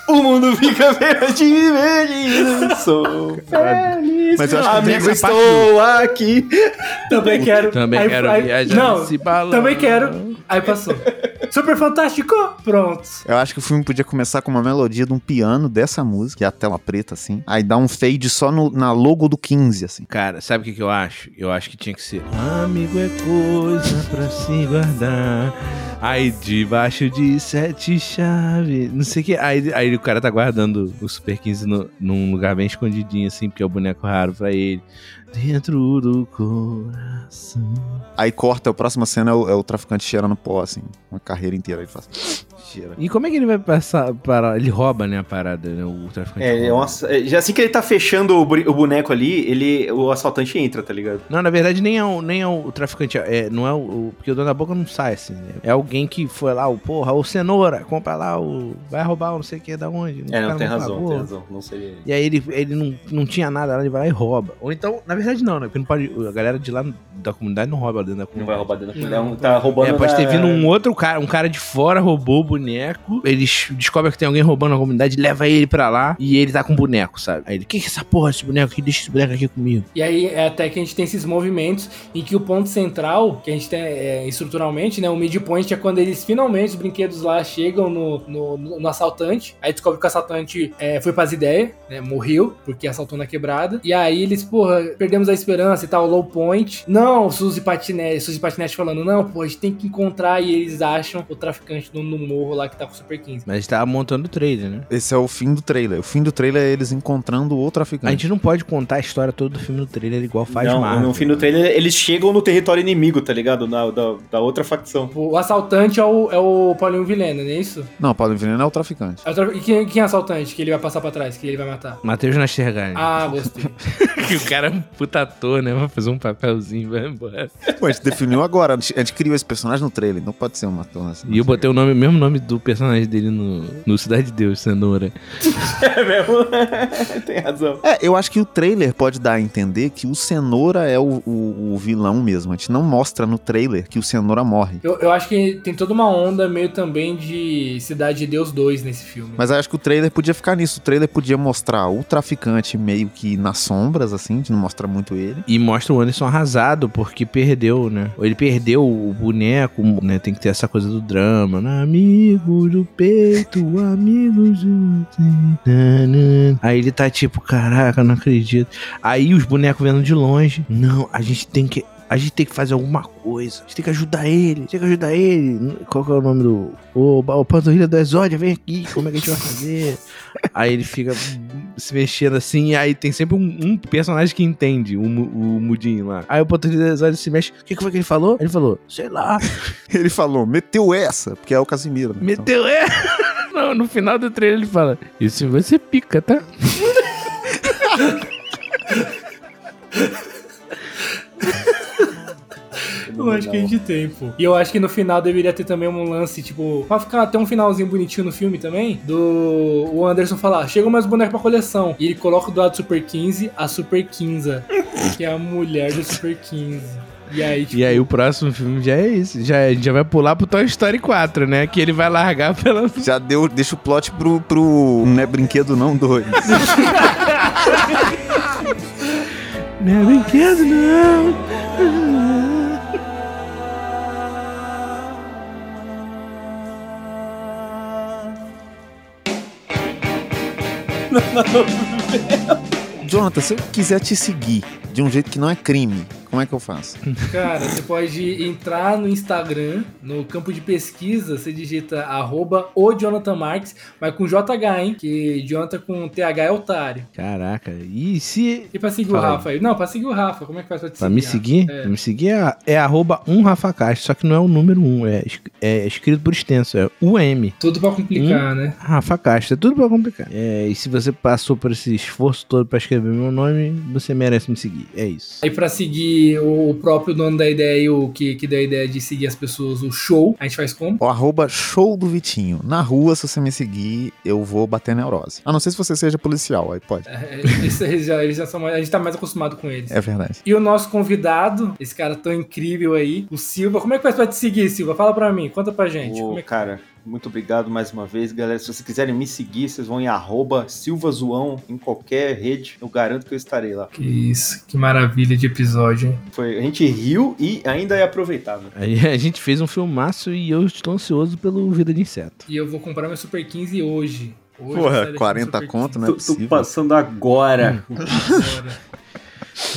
O mundo fica divertido. Sou
É.
feliz.
Mas eu acho que tem
Amigo,
essa parte
estou aqui.
também quero.
Também
aí,
quero
aí-
viajar
Não,
nesse balão.
também quero. Aí passou. Super fantástico! Pronto.
Eu acho que o filme podia começar com uma melodia de um piano dessa música, que é a tela preta, assim. Aí dá um fade só no- na logo do 15, assim.
Cara, sabe o que, que eu acho? Eu acho que tinha que ser. Amigo é coisa pra se guardar. Aí debaixo de sete chaves. Não sei o que. Aí, aí o cara tá guardando o Super 15 no, num lugar bem escondidinho, assim, porque é o boneco raro pra ele. dentro do coração.
Aí corta, a próxima cena é o, é o traficante cheirando pó, assim, uma carreira inteira. Ele faz. Cheira.
E como é que ele vai passar para ele rouba, né, a parada, né, o traficante.
É, é
rouba.
uma- é, já assim que ele tá fechando o, bri- o boneco ali, ele, o assaltante entra, tá ligado?
Não, na verdade nem é o, nem é o traficante, é, não é o, o- porque o dono da boca não sai assim. Né? É alguém que foi lá, o porra, o cenoura, compra lá o vai roubar o não sei o que da onde. né? O
É,
cara
não, tem
tá
fala,
razão,
"Pô,
tem razão. Não seria ele.
E aí ele, ele não, não tinha nada lá, ele vai lá e rouba. Ou então, na verdade não, né? Porque não pode. A galera de lá da comunidade não rouba dentro da
Não
comunidade.
vai roubar dentro da
Não.
ele é um- Tá roubando.
É, pode ter
na-
vindo um outro cara, um cara de fora roubou o boneco. Eles descobrem que tem alguém roubando na comunidade, leva ele pra lá e ele tá com o boneco, sabe? Aí ele, que que é essa porra desse boneco aqui? Deixa esse boneco aqui comigo.
E aí é até que a gente tem esses movimentos em que o ponto central, que a gente tem é, estruturalmente, né? O midpoint é quando eles finalmente, os brinquedos lá, chegam no, no, no- no assaltante. Aí descobre que o assaltante é, foi pras ideias, né? Morreu, porque assaltou na quebrada. E aí eles, porra, perdemos a esperança e tal, low point. Não, Suzy Patinete, Suzy Patinete falando, não, pô, a gente tem que encontrar. E eles acham o traficante no, no morro lá que tá com o Super 15.
Mas ele tava montando o trailer, né?
Esse é o fim do trailer. O fim do trailer é eles encontrando o
A
traficante.
gente não pode contar a história toda do filme no trailer igual faz
Hum. não,
Marvel.
no fim do
né?
trailer eles chegam no território inimigo, tá ligado? Na, da, da outra facção.
O assaltante é o, é o Paulinho Vilhena, não é isso?
Não, Paulo Vilhena é o traficante.
É o tra- E quem, quem é o assaltante que ele vai passar pra trás, que ele vai matar?
Matheus Nastergaard.
Ah, gostei.
Que o cara é um puta ator, né? Vai fazer um papelzinho, vai embora.
Pô, a gente definiu agora. A gente a gente criou esse personagem no trailer. Não pode ser uma tona assim.
E eu botei o nome, o mesmo nome do personagem dele no, no Cidade de Deus, Cenoura.
É mesmo? tem razão.
É, eu acho que o trailer pode dar a entender que o Cenoura é o, o- o vilão mesmo. A gente não mostra no trailer que o Cenoura morre.
Eu, eu acho que tem toda uma onda meio também de Cidade de Deus 2 nesse filme.
Mas eu acho que o trailer podia ficar nisso. O trailer podia mostrar o traficante meio que nas sombras, assim, de não mostrar muito ele.
né? E mostra o Anderson arrasado, porque perdeu, né? Ou Ele perdeu o boneco, né? Tem que ter essa coisa do drama. né? Amigos do peito, amigos do... Aí ele tá tipo, caraca, não acredito. Aí os bonecos vendo de longe. Não, a gente tem que... A gente tem que fazer alguma coisa. A gente tem que ajudar ele. Tem que ajudar ele. Qual que é o nome do... Ô, o Panturrilha do Exódia, vem aqui. Como é que a gente vai fazer? Aí ele fica se mexendo assim, e aí tem sempre um, um personagem que entende o, mu- o mudinho lá. Aí o Pantofilas olha e se mexe. O que, que foi que ele falou? Ele falou, sei lá,
Ele falou, meteu essa, porque é o Casimiro. né? Então,
meteu é. Não, no final do trailer ele fala, isso vai ser pica, tá?
eu acho que é a gente tem, pô. tipo, E eu acho que no final deveria ter também um lance, tipo, pra ficar até um finalzinho bonitinho no filme também, do o Anderson falar, chegam mais bonecos pra coleção. E ele coloca do lado do Super 15 a Super 15, que é a mulher do Super 15. E aí, tipo,
E aí o próximo filme já é isso. Já, é- a gente já vai pular pro Toy Story 4, né? Que ele vai largar pela...
Já deu, deixa o plot pro, pro não é brinquedo não dois.
Não é brinquedo, não.
Jonathan, se eu quiser te seguir de um jeito que não é crime, como é que eu faço?
Cara, você pode entrar no Instagram, no campo de pesquisa, você digita arroba o Jonathan Marques, mas com JH, hein? Que Jonathan com TH é otário.
Caraca, e se...
E pra seguir
Fala
o
aí.
Rafa aí? Não, pra seguir o Rafa, como é que faz pra te
Pra me
Rafa?
seguir,
É.
pra me seguir é, é arroba um Rafa Castro, só que não é o número um, é, es- é escrito por extenso, é UM.
Tudo pra complicar, né?
Rafa Castro, é tudo pra complicar. É, e se você passou por esse esforço todo pra escrever meu nome, você merece me seguir. É isso.
Aí pra seguir o próprio dono da ideia e o que, que deu a ideia de seguir as pessoas, o show, a gente faz como?
O arroba show do Vitinho. Na rua, se você me seguir, eu vou bater neurose. A não ser se você seja policial, aí pode.
É, Eles, eles já, eles já são, mais- a gente tá mais acostumado com eles.
É verdade.
E o nosso convidado, esse cara tão incrível aí, o Silva. Como é que faz pra te seguir, Silva? Fala pra mim, conta pra gente.
Ô,
como é que...
cara, muito obrigado mais uma vez, galera. Se vocês quiserem me seguir, vocês vão em arroba silvazoão em qualquer rede. Eu garanto que eu estarei lá.
Que isso, que maravilha de episódio, hein?
Foi, a gente riu e ainda é aproveitável.
Aí a gente fez um filmaço e eu estou ansioso pelo Vida de Inseto.
E eu vou comprar meu Super 15 hoje. hoje eu vou sair daqui
Porra,
com
40
Super
conto,
15.
não é
Tô, tô
possível.
passando agora.
Nossa senhora.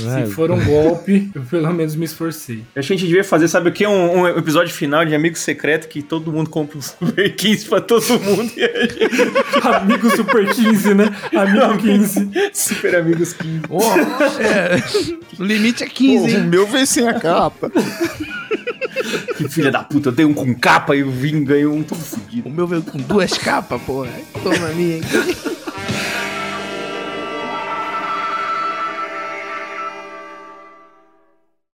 Vai.
Se for um golpe, eu pelo menos me esforcei.
Eu acho que a gente devia fazer, sabe o que? Um, um episódio final de Amigo Secreto que todo mundo compra um Super 15 pra todo mundo e a gente...
Amigo Super 15, né? Amigo 15.
Super Amigos 15.
Ó, é, o limite é
Pô,
15,
o
hein?
meu veio sem a capa.
Que filha da puta, eu dei um com capa e o Vim ganhou um todo fudido.
O meu veio com duas capas, porra. Toma a minha aqui.